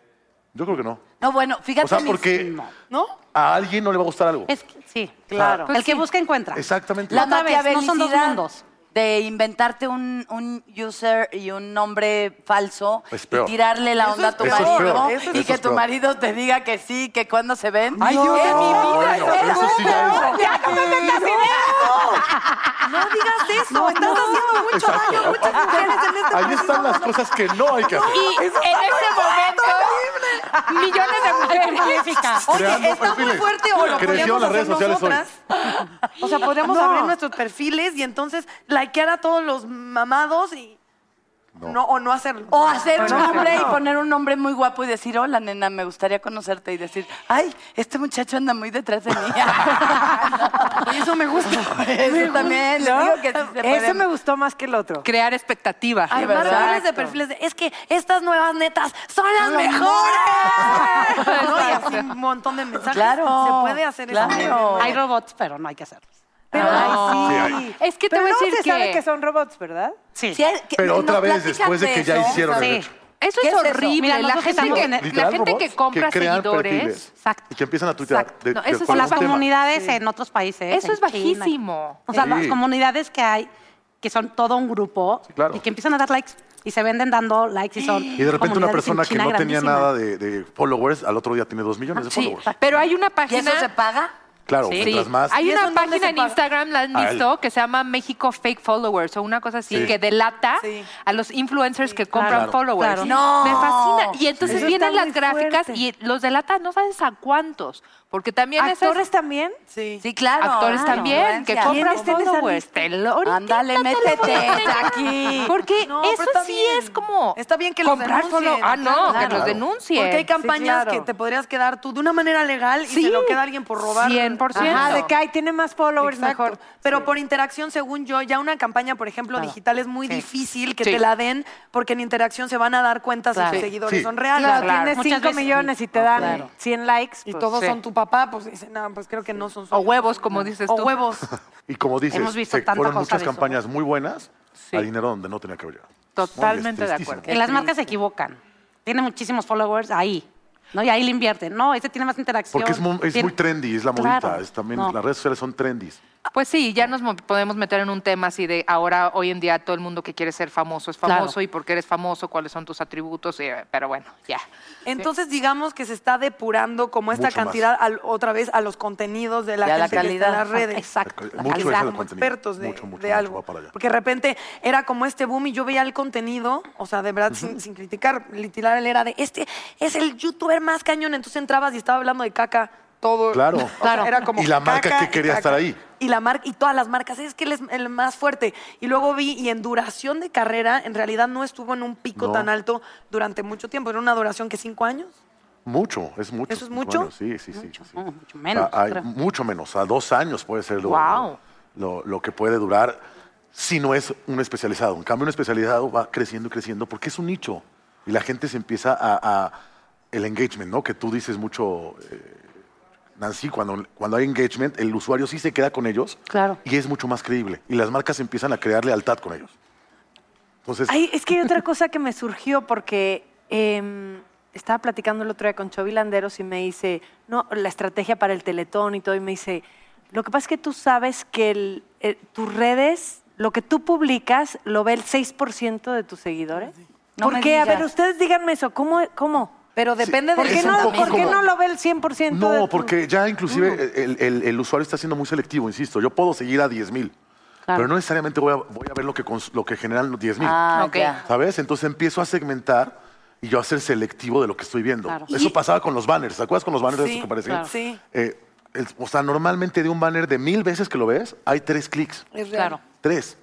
S6: Yo creo que no.
S4: No, bueno, fíjate.
S6: O sea,
S4: mis-
S6: porque-
S4: no.
S3: ¿No?
S6: A alguien no le va a gustar algo.
S7: Es que- sí,
S6: Claro.
S7: claro.
S5: Pues
S7: el que
S5: sí.
S7: busca encuentra.
S6: Exactamente. Ah,
S4: La
S7: Otra vez, no son dos
S4: maquiavelicidad
S7: mundos.
S4: De inventarte un, un user y un nombre falso
S6: Es
S4: y
S6: peor.
S4: tirarle la onda a tu
S6: Eso es
S4: marido
S6: peor. Eso es
S4: y que
S6: peor.
S4: tu marido te diga que sí, que cuando se ven.
S6: Ay, Dios,
S4: ¡Qué
S6: no,
S4: mi vida!
S6: bueno, pero eso sí ya es-
S4: ¡Ya no me metas
S3: No digas eso, estás haciendo mucho
S6: Exacto.
S3: daño a muchas mujeres en este
S6: *laughs* Ahí están las cosas que no hay que hacer.
S5: Y en ese momento, millones de mujeres.
S6: Creando
S3: Oye, está muy
S6: perfiles.
S3: fuerte o lo
S6: Creció
S3: podríamos
S6: las
S3: hacer
S6: redes sociales hoy.
S3: nosotras. O sea, podríamos abrir nuestros perfiles y entonces likear a todos los mamados y no, o no hacerlo.
S4: O hacer un nombre y poner un nombre muy guapo y decir, hola nena, me gustaría conocerte y decir, ay, este muchacho anda muy detrás de mí.
S3: Y eso me gusta.
S4: *laughs* Eso también, les digo que sí se
S2: Ese
S4: pueden.
S2: me gustó más que el otro.
S5: Crear expectativa.
S4: Ay,
S3: Armar
S4: ¿verdad?
S3: miles de perfiles de, es que estas nuevas netas son las
S4: Son las
S3: mejores. *laughs* ¿No? Y así un montón de mensajes.
S4: Claro,
S3: Se puede hacer
S4: claro.
S3: eso.
S7: Hay robots, pero no hay que hacerlos.
S2: Pero
S3: Ah.
S6: Ay, sí.
S2: sí.
S5: Es que te
S2: Pero
S5: voy a
S2: luego
S5: decir
S2: se sabe
S5: que-
S2: que son robots, ¿verdad?
S7: Sí.
S4: Sí, hay- que-
S6: Pero
S4: nos
S6: otra vez,
S4: platicas
S6: después de que ya
S4: eso.
S6: hicieron el
S7: Sí.
S6: hecho.
S5: Eso
S4: ¿Qué
S5: es
S4: es eso?
S5: horrible.
S7: Mira,
S5: la,
S7: nosotros
S5: gente
S7: estamos-
S5: que, la
S6: Literal,
S5: gente
S6: robots
S5: que compra
S6: crean
S5: seguidores.
S6: perfiles
S7: Exacto.
S6: Y que empiezan a tuitear
S5: Exacto.
S6: de,
S5: No,
S6: de
S5: eso es
S7: Con
S6: cualquier
S7: las
S6: tema.
S7: comunidades en otros países.
S5: Eso
S7: en
S5: es
S7: China.
S5: bajísimo.
S7: O sea,
S6: Sí.
S7: las comunidades que hay, que son todo un grupo,
S6: Sí, claro.
S7: y que empiezan a dar likes y se venden dando likes y son.
S6: Y de repente una persona que no tenía nada
S7: de.
S6: de, de followers, al otro día tiene dos millones de
S5: Ah, Sí,
S6: followers.
S5: pero hay una
S4: ¿Y eso
S5: página.
S4: se paga?
S6: Claro,
S5: Sí.
S6: mientras más.
S5: Hay
S3: ¿Y eso
S5: una
S3: en dónde
S5: página
S3: se
S5: en
S3: paga?
S5: Instagram, la han
S6: Ah,
S5: visto, que se llama México Fake Followers o una cosa así,
S6: Sí.
S5: que delata
S3: Sí,
S5: a los influencers que compran
S6: claro,
S5: followers.
S7: claro.
S4: No.
S5: Me fascina. Y entonces
S2: Eso
S5: vienen
S2: está muy
S5: las gráficas
S2: fuerte.
S5: y los delata, no sabes a cuántos, porque también esas-
S2: ¿Actores también?
S3: Sí.
S4: Sí, claro.
S5: actores
S4: Ah,
S5: también, que
S4: influencias.
S5: compran
S2: ¿Quiénes tienen esa
S5: followers.
S2: lista?
S5: Te lo- ahorita
S4: Ándale,
S5: te lo voy a
S4: métete
S5: poner.
S4: aquí.
S5: Porque
S3: No, pero
S5: eso
S3: está
S5: sí
S3: bien.
S5: es como
S3: Está bien que los
S5: comprar
S3: denuncien,
S5: follow- Ah, no, que
S3: claro.
S5: los denuncien.
S3: Porque hay campañas
S2: claro.
S3: que te podrías quedar tú de una manera legal y
S5: Sí.
S3: se lo queda alguien por robar.
S5: 100%.
S2: Ah,
S5: Ajá,
S2: de que ahí tiene más followers
S3: Exacto.
S2: mejor.
S3: Pero por interacción, según yo, ya una campaña, por ejemplo, digital es muy difícil que
S5: Sí.
S3: te la den porque en interacción se van a dar cuenta si
S7: Claro.
S3: tus seguidores
S6: Sí.
S3: son reales.
S2: Claro,
S5: Claro.
S2: tienes
S7: Muchas
S2: 5
S7: veces sí.
S2: millones y te dan
S7: Claro.
S2: 100 likes.
S3: Y
S2: pues,
S3: todos
S2: sí.
S3: son tu papá, pues dicen, no, pues creo que no son sus
S5: o huevos, como dices
S3: O
S5: tú.
S3: huevos.
S6: Y como dices,
S7: Hemos visto
S6: se
S7: tanta
S6: fueron
S7: cosa
S6: muchas
S7: de eso.
S6: campañas muy buenas
S5: Sí.
S6: a dinero donde no tenía que haber llegado.
S5: Totalmente
S6: Oye, es
S5: de
S6: tristísimo.
S5: acuerdo.
S7: Y las marcas se equivocan. Tiene muchísimos followers ahí. ¿no? Y ahí le invierten. No, este tiene más interacción.
S6: Porque es, mu- es
S7: Tiene-
S6: muy trendy, es la modita.
S7: Claro,
S6: es también,
S7: no.
S6: Las redes sociales son trendy.
S5: Pues sí, ya nos mo- podemos meter en un tema así de ahora, hoy en día, todo el mundo que quiere ser famoso es famoso
S7: Claro.
S5: y porque eres famoso, cuáles son tus atributos, eh, pero bueno, ya.
S3: Entonces, digamos que se está depurando como esta
S6: Mucho más.
S3: cantidad al- otra vez a los contenidos de la
S4: Y a la
S3: gente que está en
S4: calidad.
S3: las redes.
S7: Exacto. la
S6: Eh, Mucho
S7: calidad.
S6: eso del
S3: como
S6: contenido.
S3: expertos de,
S6: Mucho, mucho,
S3: de
S6: mucho
S3: algo.
S6: va para allá.
S3: Porque de repente era como este boom y yo veía el contenido, o sea, de verdad, sin, sin criticar, literal era de, este es el youtuber más cañón, entonces entrabas y estaba hablando de caca todo.
S6: Claro.
S3: O sea,
S6: Claro.
S3: era como
S6: Y la marca
S3: caca
S6: que
S3: y
S6: quería
S3: caca.
S6: estar ahí.
S3: Y, la marca y todas las marcas, es que él es el más fuerte. Y luego vi, y en duración de carrera, en realidad no estuvo en un pico
S6: No.
S3: tan alto durante mucho tiempo, era una duración que cinco años.
S6: Mucho, es mucho.
S3: ¿Eso es mucho?
S6: Bueno, sí, sí, sí. sí.
S7: No, mucho menos.
S6: A- a-
S7: creo.
S6: mucho menos, a dos años puede ser lo,
S7: Guau.
S6: lo, lo que puede durar si no es un especializado. En cambio, un especializado va creciendo y creciendo porque es un nicho y la gente se empieza a... a- el engagement, ¿no? Que tú dices mucho, eh, Nancy, cuando, cuando hay engagement, el usuario sí se queda con ellos
S7: Claro.
S6: y es mucho más creíble. Y las marcas empiezan a crear lealtad con ellos. Entonces,
S2: Ay, es que hay otra cosa que me surgió porque eh, estaba platicando el otro día con Chovy Landeros y me dice, no, la estrategia para el teletón y todo, y me dice, lo que pasa es que tú sabes que el- eh, tus redes, lo que tú publicas, lo ve el 6% de tus seguidores.
S7: No
S2: ¿Por
S7: me
S2: qué? A ver,
S7: digas.
S2: ustedes díganme eso, ¿cómo? cómo?
S3: Pero depende
S2: ¿Por
S6: Es
S2: qué,
S6: un
S2: no,
S6: poco
S2: por qué
S6: como-
S2: no lo ve el 100%? de
S6: No,
S2: tu-
S6: porque ya inclusive el, el- el usuario está siendo muy selectivo, insisto. Yo puedo seguir a 10.000, pero no necesariamente voy a, voy a ver lo que, cons- lo que generan los 10.000.
S7: Ah,
S5: Ok.
S7: ya.
S6: ¿Sabes? Entonces empiezo a segmentar y yo a ser selectivo de lo que estoy viendo.
S7: Claro.
S6: Eso
S3: Y-
S6: pasaba con los banners. ¿Te acuerdas con los banners de
S3: Sí,
S6: esos que aparecían?
S3: claro. Sí.
S6: Eh, el- o sea, normalmente de un banner de mil veces que lo ves, hay tres clics.
S3: Es real.
S7: Claro.
S6: Tres.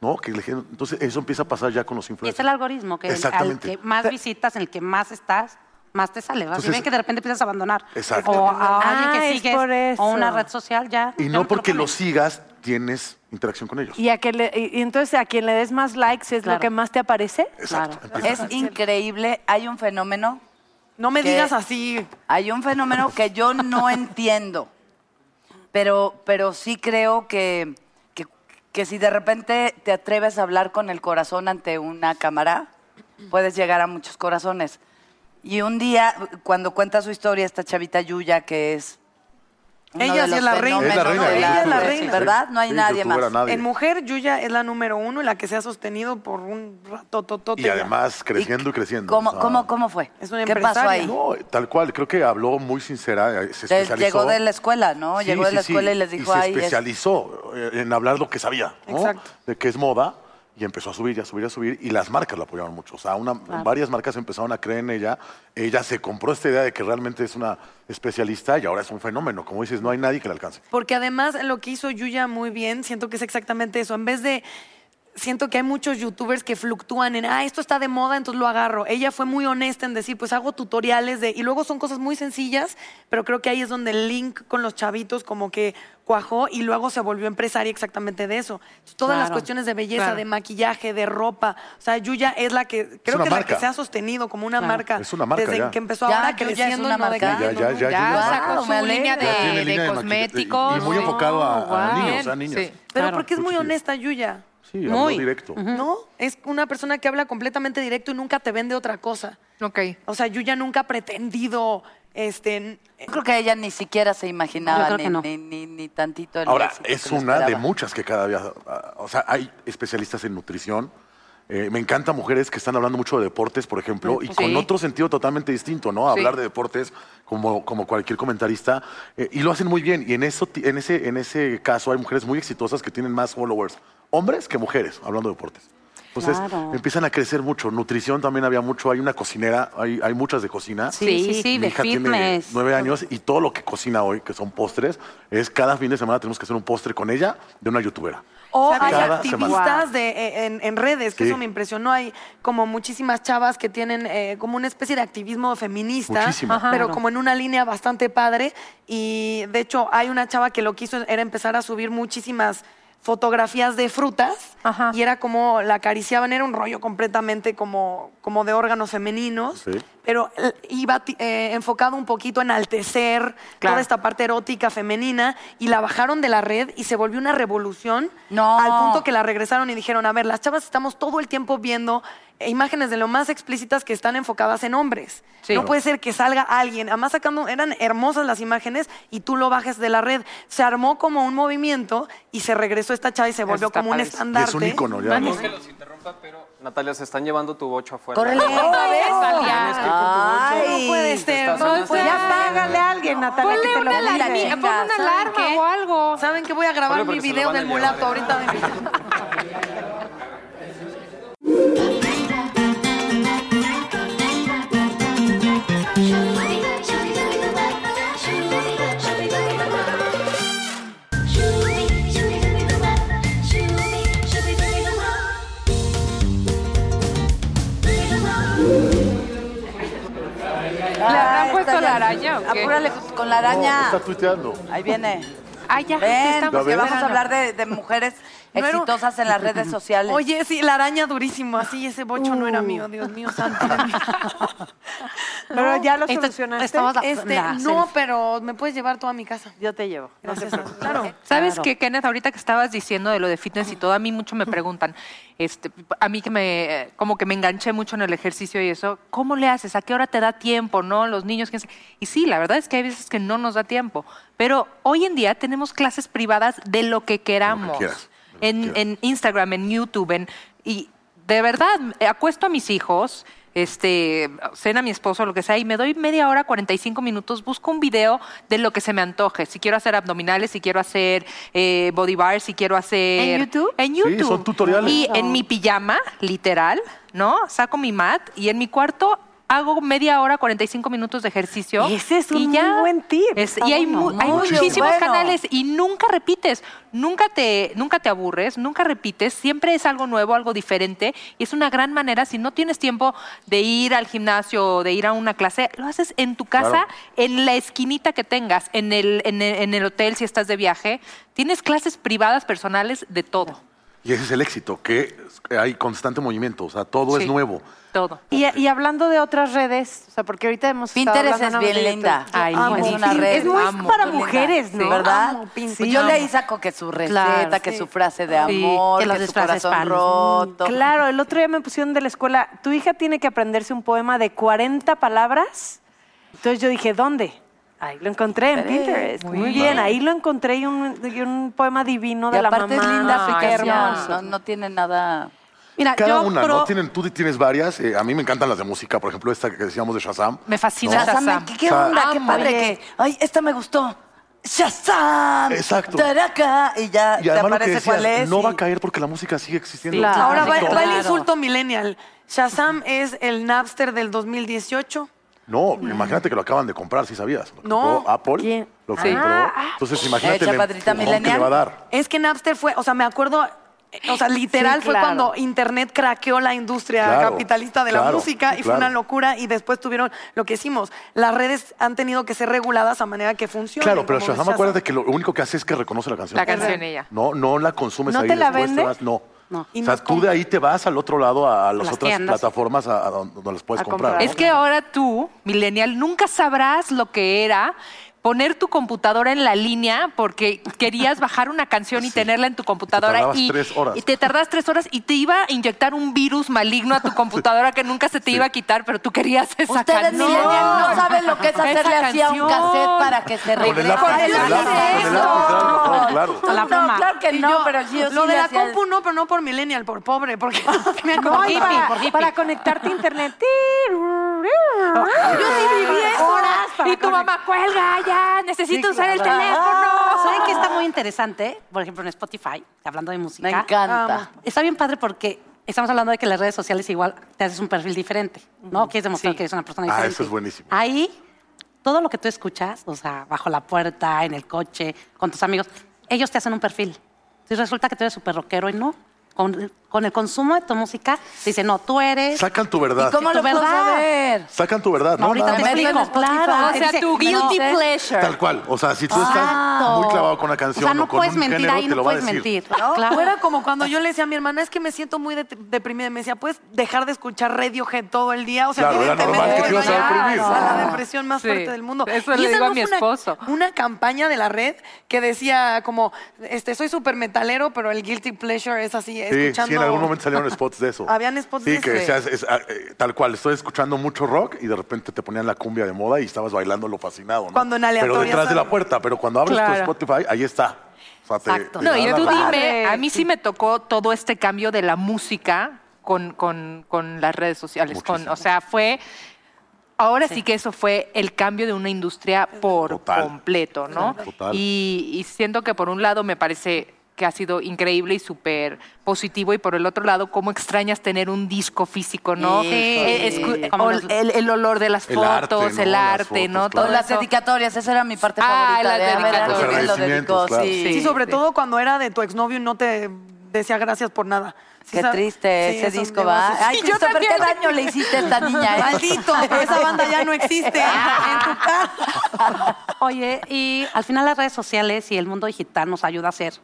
S6: ¿No? Que le- entonces eso empieza a pasar ya con los
S7: Y es
S6: influencers.
S7: el algoritmo que el- al
S6: pues. Exactamente.
S7: que más visitas, en el que más estás, más te sale. ¿va? Si
S6: Entonces-
S7: ven que de repente empiezas a abandonar.
S6: Exacto.
S7: O
S2: Ah,
S7: a alguien que
S2: es por
S7: sigues,
S2: eso.
S7: o una red social, ya.
S6: Y
S7: ya
S6: no
S7: te lo
S6: porque lo
S7: pones.
S6: sigas, tienes interacción con ellos.
S2: Y, a que le- y- y entonces a quien le des más likes es lo
S7: Claro.
S2: que más te aparece.
S6: Exacto.
S7: Claro.
S6: Empieza-
S5: Es increíble. Hay un fenómeno
S3: No me
S5: ¿Qué?
S3: digas así.
S5: Hay un fenómeno que
S3: *laughs*
S5: yo no entiendo, pero, pero sí creo que, que, que si de repente te atreves a hablar con el corazón ante una cámara, puedes llegar a muchos corazones. Y un día, cuando cuenta su historia esta chavita Yuya, que es... uno
S3: Ella sí
S5: de los
S3: es la reina.
S6: Es la
S5: fenómenos
S6: reina.
S5: de
S6: del
S3: Ella es la
S6: YouTube.
S3: reina.
S5: ¿Verdad? No hay
S6: Sí,
S5: nadie
S6: youtuber a
S5: más.
S6: nadie.
S3: En mujer, Yuya es la número uno y la que se ha sostenido por un rato
S6: Y además creciendo y, creciendo.
S5: ¿Cómo,
S6: o sea,
S5: cómo, cómo fue?
S3: Es una
S5: ¿Qué pasó
S3: empresaria.
S5: ahí?
S6: No, tal cual, creo que habló muy sincera, eh, se
S5: Te-
S6: especializó.
S5: Llegó de la escuela, ¿no?
S6: Sí,
S5: Llegó de
S6: sí,
S5: la
S6: sí,
S5: escuela y les dijo,
S6: se
S5: ay, es-
S6: especializó eh, en hablar lo que sabía, ¿no?
S3: Exacto.
S6: De que es moda y empezó a subir, y a subir, y a subir y las marcas la apoyaron mucho. O sea, una- varias marcas empezaron a creer en ella. Ella se compró esta idea de que realmente es una especialista y ahora es un fenómeno. Como dices, no hay nadie que la alcance.
S3: Porque además lo que hizo Yuya muy bien, siento que es exactamente eso. En vez de. Siento que hay muchos youtubers que fluctúan en, ah, esto está de moda, entonces lo agarro. Ella fue muy honesta en decir, pues hago tutoriales de. Y luego son cosas muy sencillas, pero creo que ahí es donde el link con los chavitos como que cuajó y luego se volvió empresaria exactamente de eso. Entonces, todas las
S7: Claro,
S3: cuestiones de belleza,
S7: claro.
S3: de maquillaje, de ropa. O sea, Yuya es la que. Creo
S6: una
S3: que es la
S6: marca.
S3: que se ha sostenido como una
S7: Claro.
S3: marca.
S6: Es una marca
S3: Desde
S6: ya.
S3: que empezó
S5: Ya,
S3: ahora
S5: Yuya es
S3: creciendo,
S5: una
S3: no
S5: marca. Ya,
S3: decayendo
S6: ya,
S3: nunca.
S6: ya,
S5: Ya
S6: Wow,
S5: sacó
S6: me
S5: su línea de,
S6: Ya tiene
S5: Eh, de
S6: línea de maquillaje,
S5: cosméticos.
S6: y- y muy
S5: Sí.
S6: enfocado a- a
S5: Wow.
S6: niños, a niñas.
S3: Pero
S7: Claro.
S3: porque es muy
S6: Mucho.
S3: honesta, Yuya.
S6: Sí, habló
S7: Muy.
S6: directo.
S3: ¿No? Es una persona que habla completamente directo y nunca te vende otra cosa.
S5: Ok.
S3: O sea, Yuya nunca ha pretendido, este... n- eh,
S5: Yo creo que ella ni siquiera se imaginaba
S7: Yo creo
S5: ni,
S7: que no.
S5: ni, ni- ni tantito el
S6: Ahora,
S5: éxito
S6: es
S5: que le
S6: una de
S5: esperaba.
S6: muchas que cada día. ah, O sea, hay especialistas en nutrición. Eh, me encanta mujeres que están hablando mucho de deportes, por ejemplo, y con
S5: Mm, sí.
S6: otro sentido totalmente distinto, ¿no?
S5: Sí.
S6: Hablar de deportes como, como cualquier comentarista. eh, y lo hacen muy bien. Y en, eso, ti- en, ese, en ese caso hay mujeres muy exitosas que tienen más followers, hombres que mujeres, hablando de deportes. Entonces,
S7: Claro.
S6: empiezan a crecer mucho. Nutrición también había mucho. Hay una cocinera, hay, hay muchas de cocina.
S7: Sí, sí, sí,
S6: Mi
S7: de
S6: hija tiene
S7: fitness.
S6: nueve años y todo lo que cocina hoy, que son postres, es cada fin de semana tenemos que hacer un postre con ella de una youtubera.
S3: O hay
S6: ¿Sabes? Cada semana.
S3: activistas de, eh, en, en redes, que
S6: Sí.
S3: eso me impresionó. Hay como muchísimas chavas que tienen eh, como una especie de activismo feminista,
S6: Muchísimas. Ajá.
S3: pero como en una línea bastante padre. Y de hecho hay una chava que lo que hizo era empezar a subir muchísimas fotografías de frutas
S2: Ajá.
S3: y era como la acariciaban, era un rollo completamente como, como de órganos femeninos,
S6: Sí.
S3: pero eh, iba ti- eh, enfocado un poquito en enaltecer
S5: Claro.
S3: toda esta parte erótica femenina y la bajaron de la red y se volvió una revolución
S5: No.
S3: al punto que la regresaron y dijeron, a ver, las chavas estamos todo el tiempo viendo eh, imágenes de lo más explícitas que están enfocadas en hombres.
S5: Sí.
S3: No puede ser que salga alguien, además sacando, eran hermosas las imágenes y tú lo bajes de la red. Se armó como un movimiento y se regresó esta chava y se volvió
S5: está
S3: como un
S5: padrísimo.
S6: Y
S3: estandarte.
S6: es un icono ya. ¿no?
S1: Natalia, se están llevando tu bocho afuera.
S5: ¡Córrele!
S2: Otra vez.
S5: ¡Ay!
S3: No puede ser.
S1: Estás
S3: no puede
S2: Ya
S3: ser.
S2: págale a alguien, Natalia, que
S9: Ponle
S2: te lo
S9: una,
S5: la
S2: diga.
S9: alarmi-
S5: chinga,
S9: ponle una
S5: ¿saben
S9: alarma
S5: qué?
S9: o algo.
S3: ¿Saben que voy a grabar
S1: Solo
S3: mi
S1: porque se lo
S3: video
S1: van a
S3: del
S1: llevar,
S3: mulato
S1: ¿eh?
S3: ahorita? de mi-
S5: Le habrán puesto
S9: araña o qué?
S4: Apúrale con la
S6: No,
S4: araña.
S6: está tuiteando.
S4: Ahí viene.
S9: Ay, ya,
S4: Ven,
S9: estamos
S4: porque vamos a
S9: esperando.
S4: hablar de, de mujeres
S3: No era un-
S4: exitosas en las redes sociales.
S3: Oye, sí, la araña durísimo, así ese bocho no
S2: Uh.
S3: era mío, Dios mío, santo. de mí.
S2: *laughs* Pero ya lo
S7: Entonces,
S2: solucionaste.
S7: estamos la-
S3: Este,
S7: la-
S3: no, pero me puedes llevar tú a mi casa.
S2: Yo te llevo.
S3: Gracias. Claro.
S5: ¿Sabes qué, Kenneth? Ahorita que estabas diciendo de lo de fitness y todo, a mí mucho
S4: Mm.
S5: me preguntan, este, a mí que me, como que me enganché mucho en el ejercicio y eso, ¿cómo le haces? ¿A qué hora te da tiempo? ¿No? Los niños, quién sabe. Y sí, la verdad es que hay veces que no nos da tiempo, pero hoy en día tenemos clases privadas de lo que queramos.
S6: quieras, de lo que
S5: en,
S6: quieras.
S5: en Instagram, en YouTube, en, y de verdad, eh, acuesto a mis hijos, este, cena a mi esposo, lo que sea, y me doy media hora, 45 minutos, busco un video de lo que se me antoje. Si quiero hacer abdominales, si quiero hacer eh, body bar, si quiero hacer...
S9: ¿En YouTube?
S5: En
S6: Sí,
S5: YouTube.
S6: son tutoriales.
S5: Y en mi pijama, literal, ¿no? Saco mi mat y en mi cuarto... Hago media hora, 45 minutos de ejercicio.
S2: Ese es un
S5: y
S2: muy
S5: ya.
S2: buen tip.
S5: Es-
S4: Está
S5: y hay,
S4: bueno,
S5: mu- hay
S4: muy
S5: muchísimos
S4: bueno.
S5: canales y nunca repites, nunca te, nunca te aburres, nunca repites, siempre es algo nuevo, algo diferente y es una gran manera, si no tienes tiempo de ir al gimnasio o de ir a una clase, lo haces en tu casa,
S6: Claro.
S5: en la esquinita que tengas, en el, en el, en el hotel si estás de viaje, tienes clases privadas, personales, de todo.
S6: Y ese es el éxito, que hay constante movimiento, o sea, todo
S5: Sí.
S6: es nuevo.
S5: Todo.
S2: Y, y hablando de otras redes, o sea, porque ahorita hemos estado
S4: Pinterest es
S2: hablando nada más
S4: bien
S2: de
S4: linda. Ah,
S2: YouTube.
S5: Ay,
S4: es
S5: sí.
S4: una red.
S5: Es muy
S4: amo,
S5: para
S4: muy linda.
S5: mujeres, ¿no?
S4: ¿Verdad?
S5: Amo,
S4: Pues
S5: Pinterest.
S4: yo le ahí saco que su receta,
S5: Claro,
S4: que
S5: sí.
S4: su frase de
S5: Sí,
S4: amor,
S5: que los
S4: que, su
S5: disfraces
S4: corazón
S5: palos.
S4: roto.
S2: Claro, el otro día me pusieron de la escuela, tu hija tiene que aprenderse un poema de 40 palabras. Entonces yo dije, ¿dónde? Ahí lo encontré en Pinterest. Muy, bien. ahí lo encontré y un, y un poema divino
S4: Y
S2: de la mamá.
S4: aparte es linda su
S5: Ay,
S4: canción,
S5: hermoso.
S4: No, no tiene nada.
S5: Mira,
S6: Cada
S5: yo
S6: una,
S5: pro-
S6: ¿no? Tienen, tú tienes varias. eh, a mí me encantan las de música, por ejemplo, esta que decíamos de Shazam.
S5: me fascina
S4: Shazam,
S5: Shazam.
S4: ¿Qué, qué
S6: Shazam.
S4: onda? qué
S5: Amo.
S4: padre que. Ay, esta me gustó. Shazam.
S6: Exacto.
S4: Taraka. Y ya
S6: Y
S4: te
S6: además lo que
S4: aparece
S6: decías,
S4: cuál es.
S6: no
S4: y-
S6: va a caer porque la música sigue existiendo.
S5: Sí, claro.
S3: Ahora va,
S5: Claro.
S3: va el insulto millennial. Shazam es el Napster del 2018.
S6: No, imagínate que lo acaban de comprar, si sabías. Lo
S3: No.
S6: compró Apple
S2: ¿Quién?
S6: lo
S5: Sí.
S6: compró.
S5: Ah.
S6: Entonces, imagínate
S4: Hecha
S6: el
S4: padrita
S6: empujón que le
S4: millennial.
S6: va a dar.
S3: Es que Napster fue, o sea, me acuerdo, eh, o sea, literal
S2: Sí,
S3: fue
S2: claro.
S3: cuando Internet craqueó la industria
S6: Claro,
S3: capitalista de la
S6: claro,
S3: música y fue
S6: claro.
S3: una locura y después tuvieron lo que hicimos. Las redes han tenido que ser reguladas a manera que funcione.
S6: Claro, pero
S3: como
S6: Shazam,
S3: Shazam.
S6: acuérdate que lo único que hace es que reconoce la canción.
S5: La canción ella.
S6: No, no la consumes
S2: ¿No
S6: ahí
S2: te la
S6: después
S2: vende?
S6: vas- no.
S3: Y
S6: O sea,
S3: nos
S6: tú
S3: compra.
S6: de ahí te vas al otro lado a, a las,
S7: Las
S6: otras
S7: tiendas.
S6: plataformas a, a donde, donde las puedes
S2: A
S6: comprar.
S2: comprar.
S6: ¿no?
S5: Es que ahora tú, millennial, nunca sabrás lo que era poner tu computadora en la línea porque querías bajar una canción y
S6: Sí.
S5: tenerla en tu computadora
S6: tardabas
S5: y
S6: tres horas.
S5: y te tardabas tres horas y te iba a inyectar un virus maligno a tu computadora que nunca se te iba a quitar, pero tú querías esa
S4: Ustedes,
S5: canción.
S4: millennial, no saben lo que es hacerle así a un cassette para que se
S6: Con el
S4: regrese.
S6: lápiz, con el lápiz, con el lápiz, era lo mejor, claro.
S4: Tú No, claro que
S3: Y
S4: no,
S3: yo,
S4: pero yo sí
S3: lo de
S4: le
S3: la
S4: hacía-
S3: compu no, pero no por millennial, por pobre, porque
S7: *laughs*
S3: me
S2: No,
S3: acordaba.
S2: y para, para conectarte a internet.
S5: Yo sí viví eso.
S2: Horas para
S5: y tu mamá cuelga ya, necesito
S4: Sí,
S5: usar el
S4: claro.
S5: teléfono.
S7: ¿Saben qué está muy interesante? Por ejemplo, en Spotify, hablando de música.
S4: Me encanta.
S7: Está bien padre porque estamos hablando de que las redes sociales igual te haces un perfil diferente, ¿no? Quieres demostrar que eres una persona
S6: Ah,
S7: diferente.
S6: eso es buenísimo.
S7: Ahí, todo lo que tú escuchas, o sea, bajo la puerta, en el coche, con tus amigos, ellos te hacen un perfil. Si resulta que tú eres súper rockero y no. Con, con el consumo de tu música, te dicen, no, tú eres...
S6: Sacan tu verdad.
S4: ¿Cómo
S7: Tu
S4: lo puedo
S7: verdad.
S4: saber?
S6: Sacan tu verdad, ¿no?
S7: Ahorita
S6: Nada
S7: te
S6: más.
S4: meto en
S7: explico,
S4: Spotify.
S7: claro.
S5: O sea,
S7: Te
S5: tu
S7: dice,
S5: guilty
S7: no,
S5: pleasure.
S6: Tal cual. O sea, si tú
S7: Exacto.
S6: estás muy clavado con la canción
S7: O sea, no
S6: o con
S7: puedes
S6: un
S7: mentir
S6: género,
S7: ahí,
S6: te
S7: no
S6: lo va a
S7: puedes
S6: decir.
S7: mentir.
S4: Ah,
S7: ¿no?
S3: Claro. Era como cuando yo le decía a mi hermana, es que me siento muy de- deprimida. Y me decía, ¿puedes dejar de escuchar Radiohead todo el día? O sea,
S6: Claro, era
S3: evidentemente,
S6: normal que te ibas a
S3: claro,
S6: deprimir. Ah.
S3: o sea, la depresión más
S5: Sí,
S3: fuerte del mundo.
S5: eso
S3: Y
S5: le
S3: esa
S5: digo a
S3: no
S5: mi
S3: fue una-
S5: esposo.
S3: Una, campaña de la red que decía como, este, soy súper metalero, pero el guilty pleasure es así,
S6: Sí,
S3: escuchando...
S6: sí, en algún momento salieron spots de
S3: *laughs*
S6: eso.
S3: Habían spots de
S6: Sí, que
S3: ese.
S6: decías, es, ah, eh, tal cual, estoy escuchando mucho rock y de repente te ponían la cumbia de moda y estabas bailando lo fascinado, ¿no?
S3: Cuando en aleatoria
S6: Pero detrás de
S3: sale.
S6: la puerta, pero cuando abres tu Spotify, ahí está. O sea, te-
S7: Exacto.
S6: te
S5: No,
S6: da
S5: y
S6: la
S5: tú
S6: razón.
S5: dime, a mí sí me tocó todo este cambio de la música con, con- con las redes sociales. Con,
S6: Muchísimo.
S5: o sea, fue. Ahora sí. que eso fue el cambio de una industria por
S6: Total.
S5: completo, ¿no?
S6: Total.
S5: Y, y siento que por un lado me parece que ha sido increíble y súper positivo y por el otro lado cómo extrañas tener un disco físico, ¿no?
S4: Sí.
S5: Eh, escu-
S7: Cómo
S5: ol-
S7: nos-
S5: el, el olor de las
S6: El arte,
S5: fotos,
S6: ¿no?
S5: el
S6: Las
S5: arte,
S6: fotos,
S5: ¿no?
S6: claro.
S5: Todo
S4: O las
S5: eso.
S4: dedicatorias, esa era mi parte
S5: Ah,
S4: favorita.
S5: las
S4: de, a ver, ¿a quién
S5: dedicatorias.
S6: Los
S4: lo dedicó?
S6: agradecimientos, claro.
S4: Sí.
S3: Sí, sobre todo cuando era de tu exnovio y no te decía gracias por nada. Sí,
S4: Qué
S3: sa-
S4: triste,
S3: sí,
S4: ese
S3: eso
S4: disco
S3: me
S4: va.
S3: emociona.
S4: Ay,
S3: Sí, yo
S4: Christopher,
S3: también.
S4: ¿qué daño le hiciste a esta niña? eh?
S3: Maldito, *laughs* esa banda ya no existe.
S4: *laughs*
S3: En tu casa.
S7: Oye, y al final las redes sociales y el mundo digital nos ayuda a ser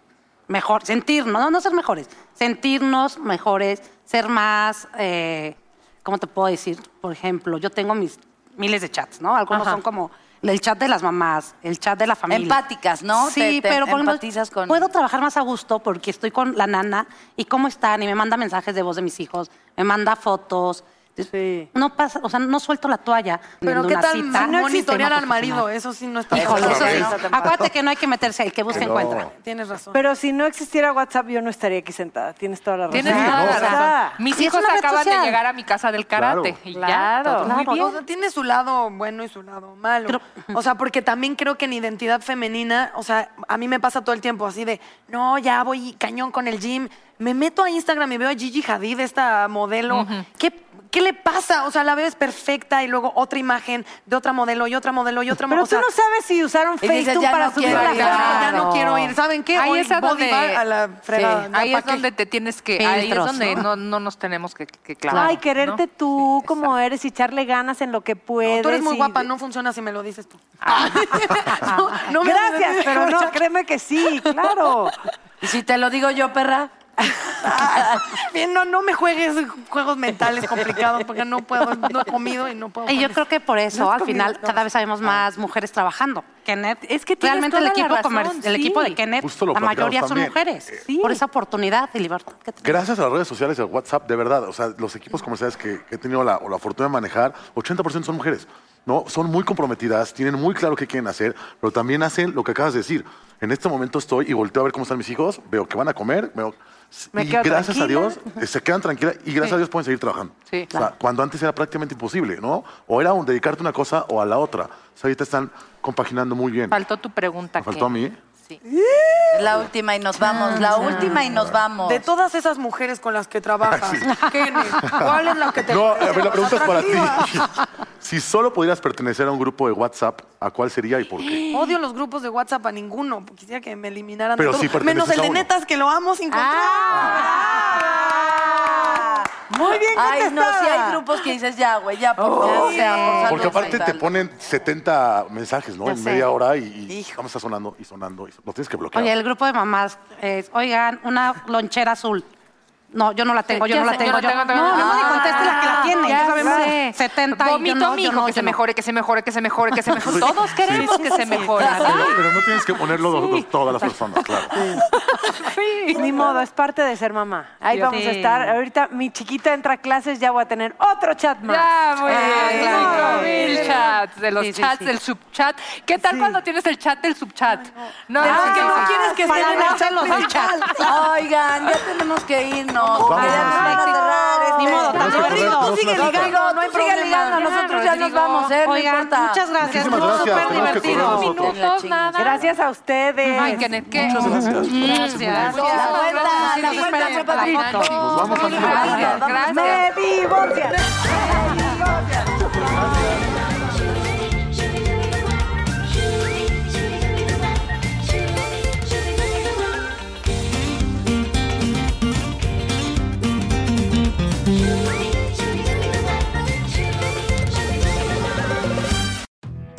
S7: mejor, sentirnos, no, no ser mejores, sentirnos mejores, ser más, eh, ¿cómo te puedo decir? Por ejemplo, yo tengo mis miles de chats, ¿no? Algunos
S4: Ajá.
S7: son como el chat de las mamás, el chat de la familia.
S4: Empáticas, ¿no?
S7: Sí,
S4: Te- te
S7: pero por ejemplo,
S4: empatizas con-
S7: puedo trabajar más a gusto porque estoy con la nana y cómo están y me manda mensajes de voz de mis hijos, me manda fotos. No pasa, o sea, no suelto la toalla.
S3: Pero
S7: teniendo
S3: qué
S7: una
S3: tan
S7: cita. este
S3: no monitorear al
S7: profesional.
S3: marido, eso sí no está.
S7: Híjole,
S3: Eso
S7: eso
S3: sí,
S7: sí.
S3: no.
S7: Acuérdate que no hay que meterse ahí, que busca
S6: Que no.
S7: encuentra.
S3: Tienes razón.
S2: Pero si no existiera WhatsApp, yo no estaría aquí sentada. Tienes toda la razón.
S5: Tienes toda la razón. Mis
S7: Y es
S5: hijos
S7: una red
S5: acaban de
S7: social.
S5: llegar a mi casa del karate.
S6: Claro.
S5: Y
S2: Claro.
S5: ya, todo muy
S3: Claro,
S5: bien.
S3: o sea, tiene su lado bueno y su lado malo. o sea, porque también creo que en identidad femenina, o sea, a mí me pasa todo el tiempo así de, no, ya voy cañón con el gym. Me meto a Instagram y veo a Gigi Hadid, esta modelo. ¿Qué, ¿Qué le pasa? O sea, la veo es perfecta y luego otra imagen de otra modelo y otra modelo y otra
S2: Pero
S3: modelo.
S2: tú no sabes si usaron
S4: dices,
S2: Facebook
S4: ya
S2: para
S4: no
S2: subir
S4: quiero
S2: la
S4: ir.
S2: foto.
S3: Ya no
S4: Claro.
S3: quiero ir. ¿Saben qué?
S5: Ahí
S3: Hoy
S5: es a
S3: body
S5: donde,
S3: bar a la fregada.
S5: Sí,
S3: Ya,
S5: ahí
S3: ¿pa'
S5: es
S3: qué?
S5: donde te tienes que, ahí es
S7: Filtros,
S5: donde
S7: ¿no?
S5: no, no nos tenemos que, que clavar.
S2: Ay, quererte
S5: ¿no?
S2: tú
S5: Sí,
S2: como eres y echarle ganas en lo que puedes.
S3: No, tú eres muy
S2: y-
S3: guapa, no funciona si me lo dices tú. *laughs*
S2: No, no me- Gracias, pero no, créeme que sí,
S5: *laughs*
S2: claro.
S4: ¿Y si te lo digo yo, perra?
S3: Bien, no, no me juegues juegos mentales complicados porque no puedo, no he comido y no puedo.
S7: Y yo
S3: con
S7: creo que por eso,
S3: No es
S7: al final,
S3: comida, no.
S7: cada vez sabemos
S6: Ah.
S7: más mujeres trabajando. Kenneth,
S2: Es que tienes
S7: realmente
S2: toda
S7: el
S2: la
S7: equipo,
S2: razón,
S7: comer- el
S2: sí.
S7: equipo de Kenneth,
S6: Justo lo
S7: la
S6: platicamos
S7: mayoría son
S6: también.
S7: mujeres.
S5: Eh,
S2: Sí.
S7: Por esa oportunidad y libertad que tenemos.
S6: Gracias a las redes sociales y al WhatsApp, de verdad, o sea, los equipos comerciales que, que he tenido la, o la fortuna de manejar, 80% son mujeres, ¿no? Son muy comprometidas, tienen muy claro qué quieren hacer, pero también hacen lo que acabas de decir. En este momento estoy y volteo a ver cómo están mis hijos, veo que van a comer, veo...
S2: Me
S6: y
S2: quedo
S6: gracias a
S2: tranquila.
S6: Dios eh, se quedan tranquilas y gracias a Dios pueden seguir trabajando.
S5: Sí.
S6: O sea, cuando antes era prácticamente imposible, ¿no? O era un dedicarte a una cosa o a la otra. O sea, ahorita están compaginando muy bien.
S5: Faltó tu pregunta.
S6: Me faltó
S5: Ken.
S6: a mí.
S5: Sí.
S4: Es la última y nos vamos, la última y nos vamos.
S3: De todas esas mujeres con las que trabajas,
S6: Ah,
S3: Kenneth, ¿cuál es
S4: *laughs*
S3: la que te
S6: No,
S3: parece
S6: a ver, la
S3: más
S6: pregunta es para ti.
S3: atractiva?
S6: *laughs* Si solo pudieras pertenecer a un grupo de WhatsApp, ¿a cuál sería y por
S7: *gasps*
S6: qué?
S3: Odio los grupos de WhatsApp a ninguno. porque Quisiera que me eliminaran de
S6: Pero
S3: todo.
S6: sí perteneces
S3: Menos el
S6: a
S3: de
S6: uno.
S3: netas que lo amo sin control. Ah.
S2: Muy bien
S4: Ah. Ay, no, si
S2: contestada.
S4: hay grupos que dices ya, güey, ya, por favor, sea, por salud
S6: Porque aparte te
S4: mental.
S6: ponen 70 mensajes, ¿no?
S7: Ya
S6: En
S7: sé.
S6: media hora y, y vamos a estar sonando y sonando. Y son- Los tienes que bloquear.
S7: Oye, el grupo de mamás es, oigan, una lonchera azul. No, yo no la tengo, yo
S5: Ya
S7: no la
S5: sé,
S7: tengo. yo-
S5: tengo, tengo,
S7: no,
S5: tengo.
S7: no me conteste la que la tiene.
S5: Ya
S7: Ya sabemos,
S5: sé.
S7: 70 y yo
S5: Vomito
S7: no,
S5: a mi
S7: yo
S5: hijo,
S7: no,
S5: que
S7: yo
S5: se
S7: no.
S5: mejore, que se mejore, que se mejore, que se mejore. Todos queremos que se mejore.
S7: ¡Ah!
S6: pero, pero no tienes que ponerlo do- do- todas las personas, claro.
S2: Ni modo, es parte de ser mamá. Ahí vamos a estar. Ahorita mi chiquita entra a clases, ya voy a tener otro chat más.
S5: Ya, muy bien.
S2: claro.
S5: Cinco mil chats, de los
S7: Sí, sí,
S5: chats,
S7: sí.
S5: del subchat. ¿Qué tal cuando tienes el chat del subchat? Ah, No,
S4: Ah,
S3: De los
S5: sí,
S3: que
S5: sí,
S3: no
S5: sí.
S3: quieres que
S7: Para
S3: estén en el
S7: nada.
S3: chat.
S4: *laughs* Oigan, ya tenemos que irnos.
S6: vamos.
S4: Queremos cerrar este-
S7: Ni
S6: Tenemos
S7: modo,
S6: que
S7: tanto
S6: correr,
S7: ruido.
S6: tenemos
S7: Sigue
S6: una data.
S4: Rodrigo, no hay
S5: Tú sigue ligando,
S4: nosotros ya nos vamos, ¿eh? No
S7: Oigan,
S4: importa.
S7: muchas gracias.
S6: Muchísimas
S7: Estuvo
S6: gracias,
S7: súper
S6: tenemos que correr
S7: divertido.
S6: nosotros.
S5: Minutos, nada.
S2: Gracias a ustedes.
S5: Ay, Kenneth, ¿qué?
S6: Muchas gracias.
S5: Mm, Gracias.
S4: La vuelta, la
S5: Sí,
S4: vuelta
S5: sí,
S4: fue
S5: sí.
S4: para ti.
S6: Nos vamos a hacer una
S5: Gracias,
S6: pausa.
S5: gracias.
S2: Me divorcian.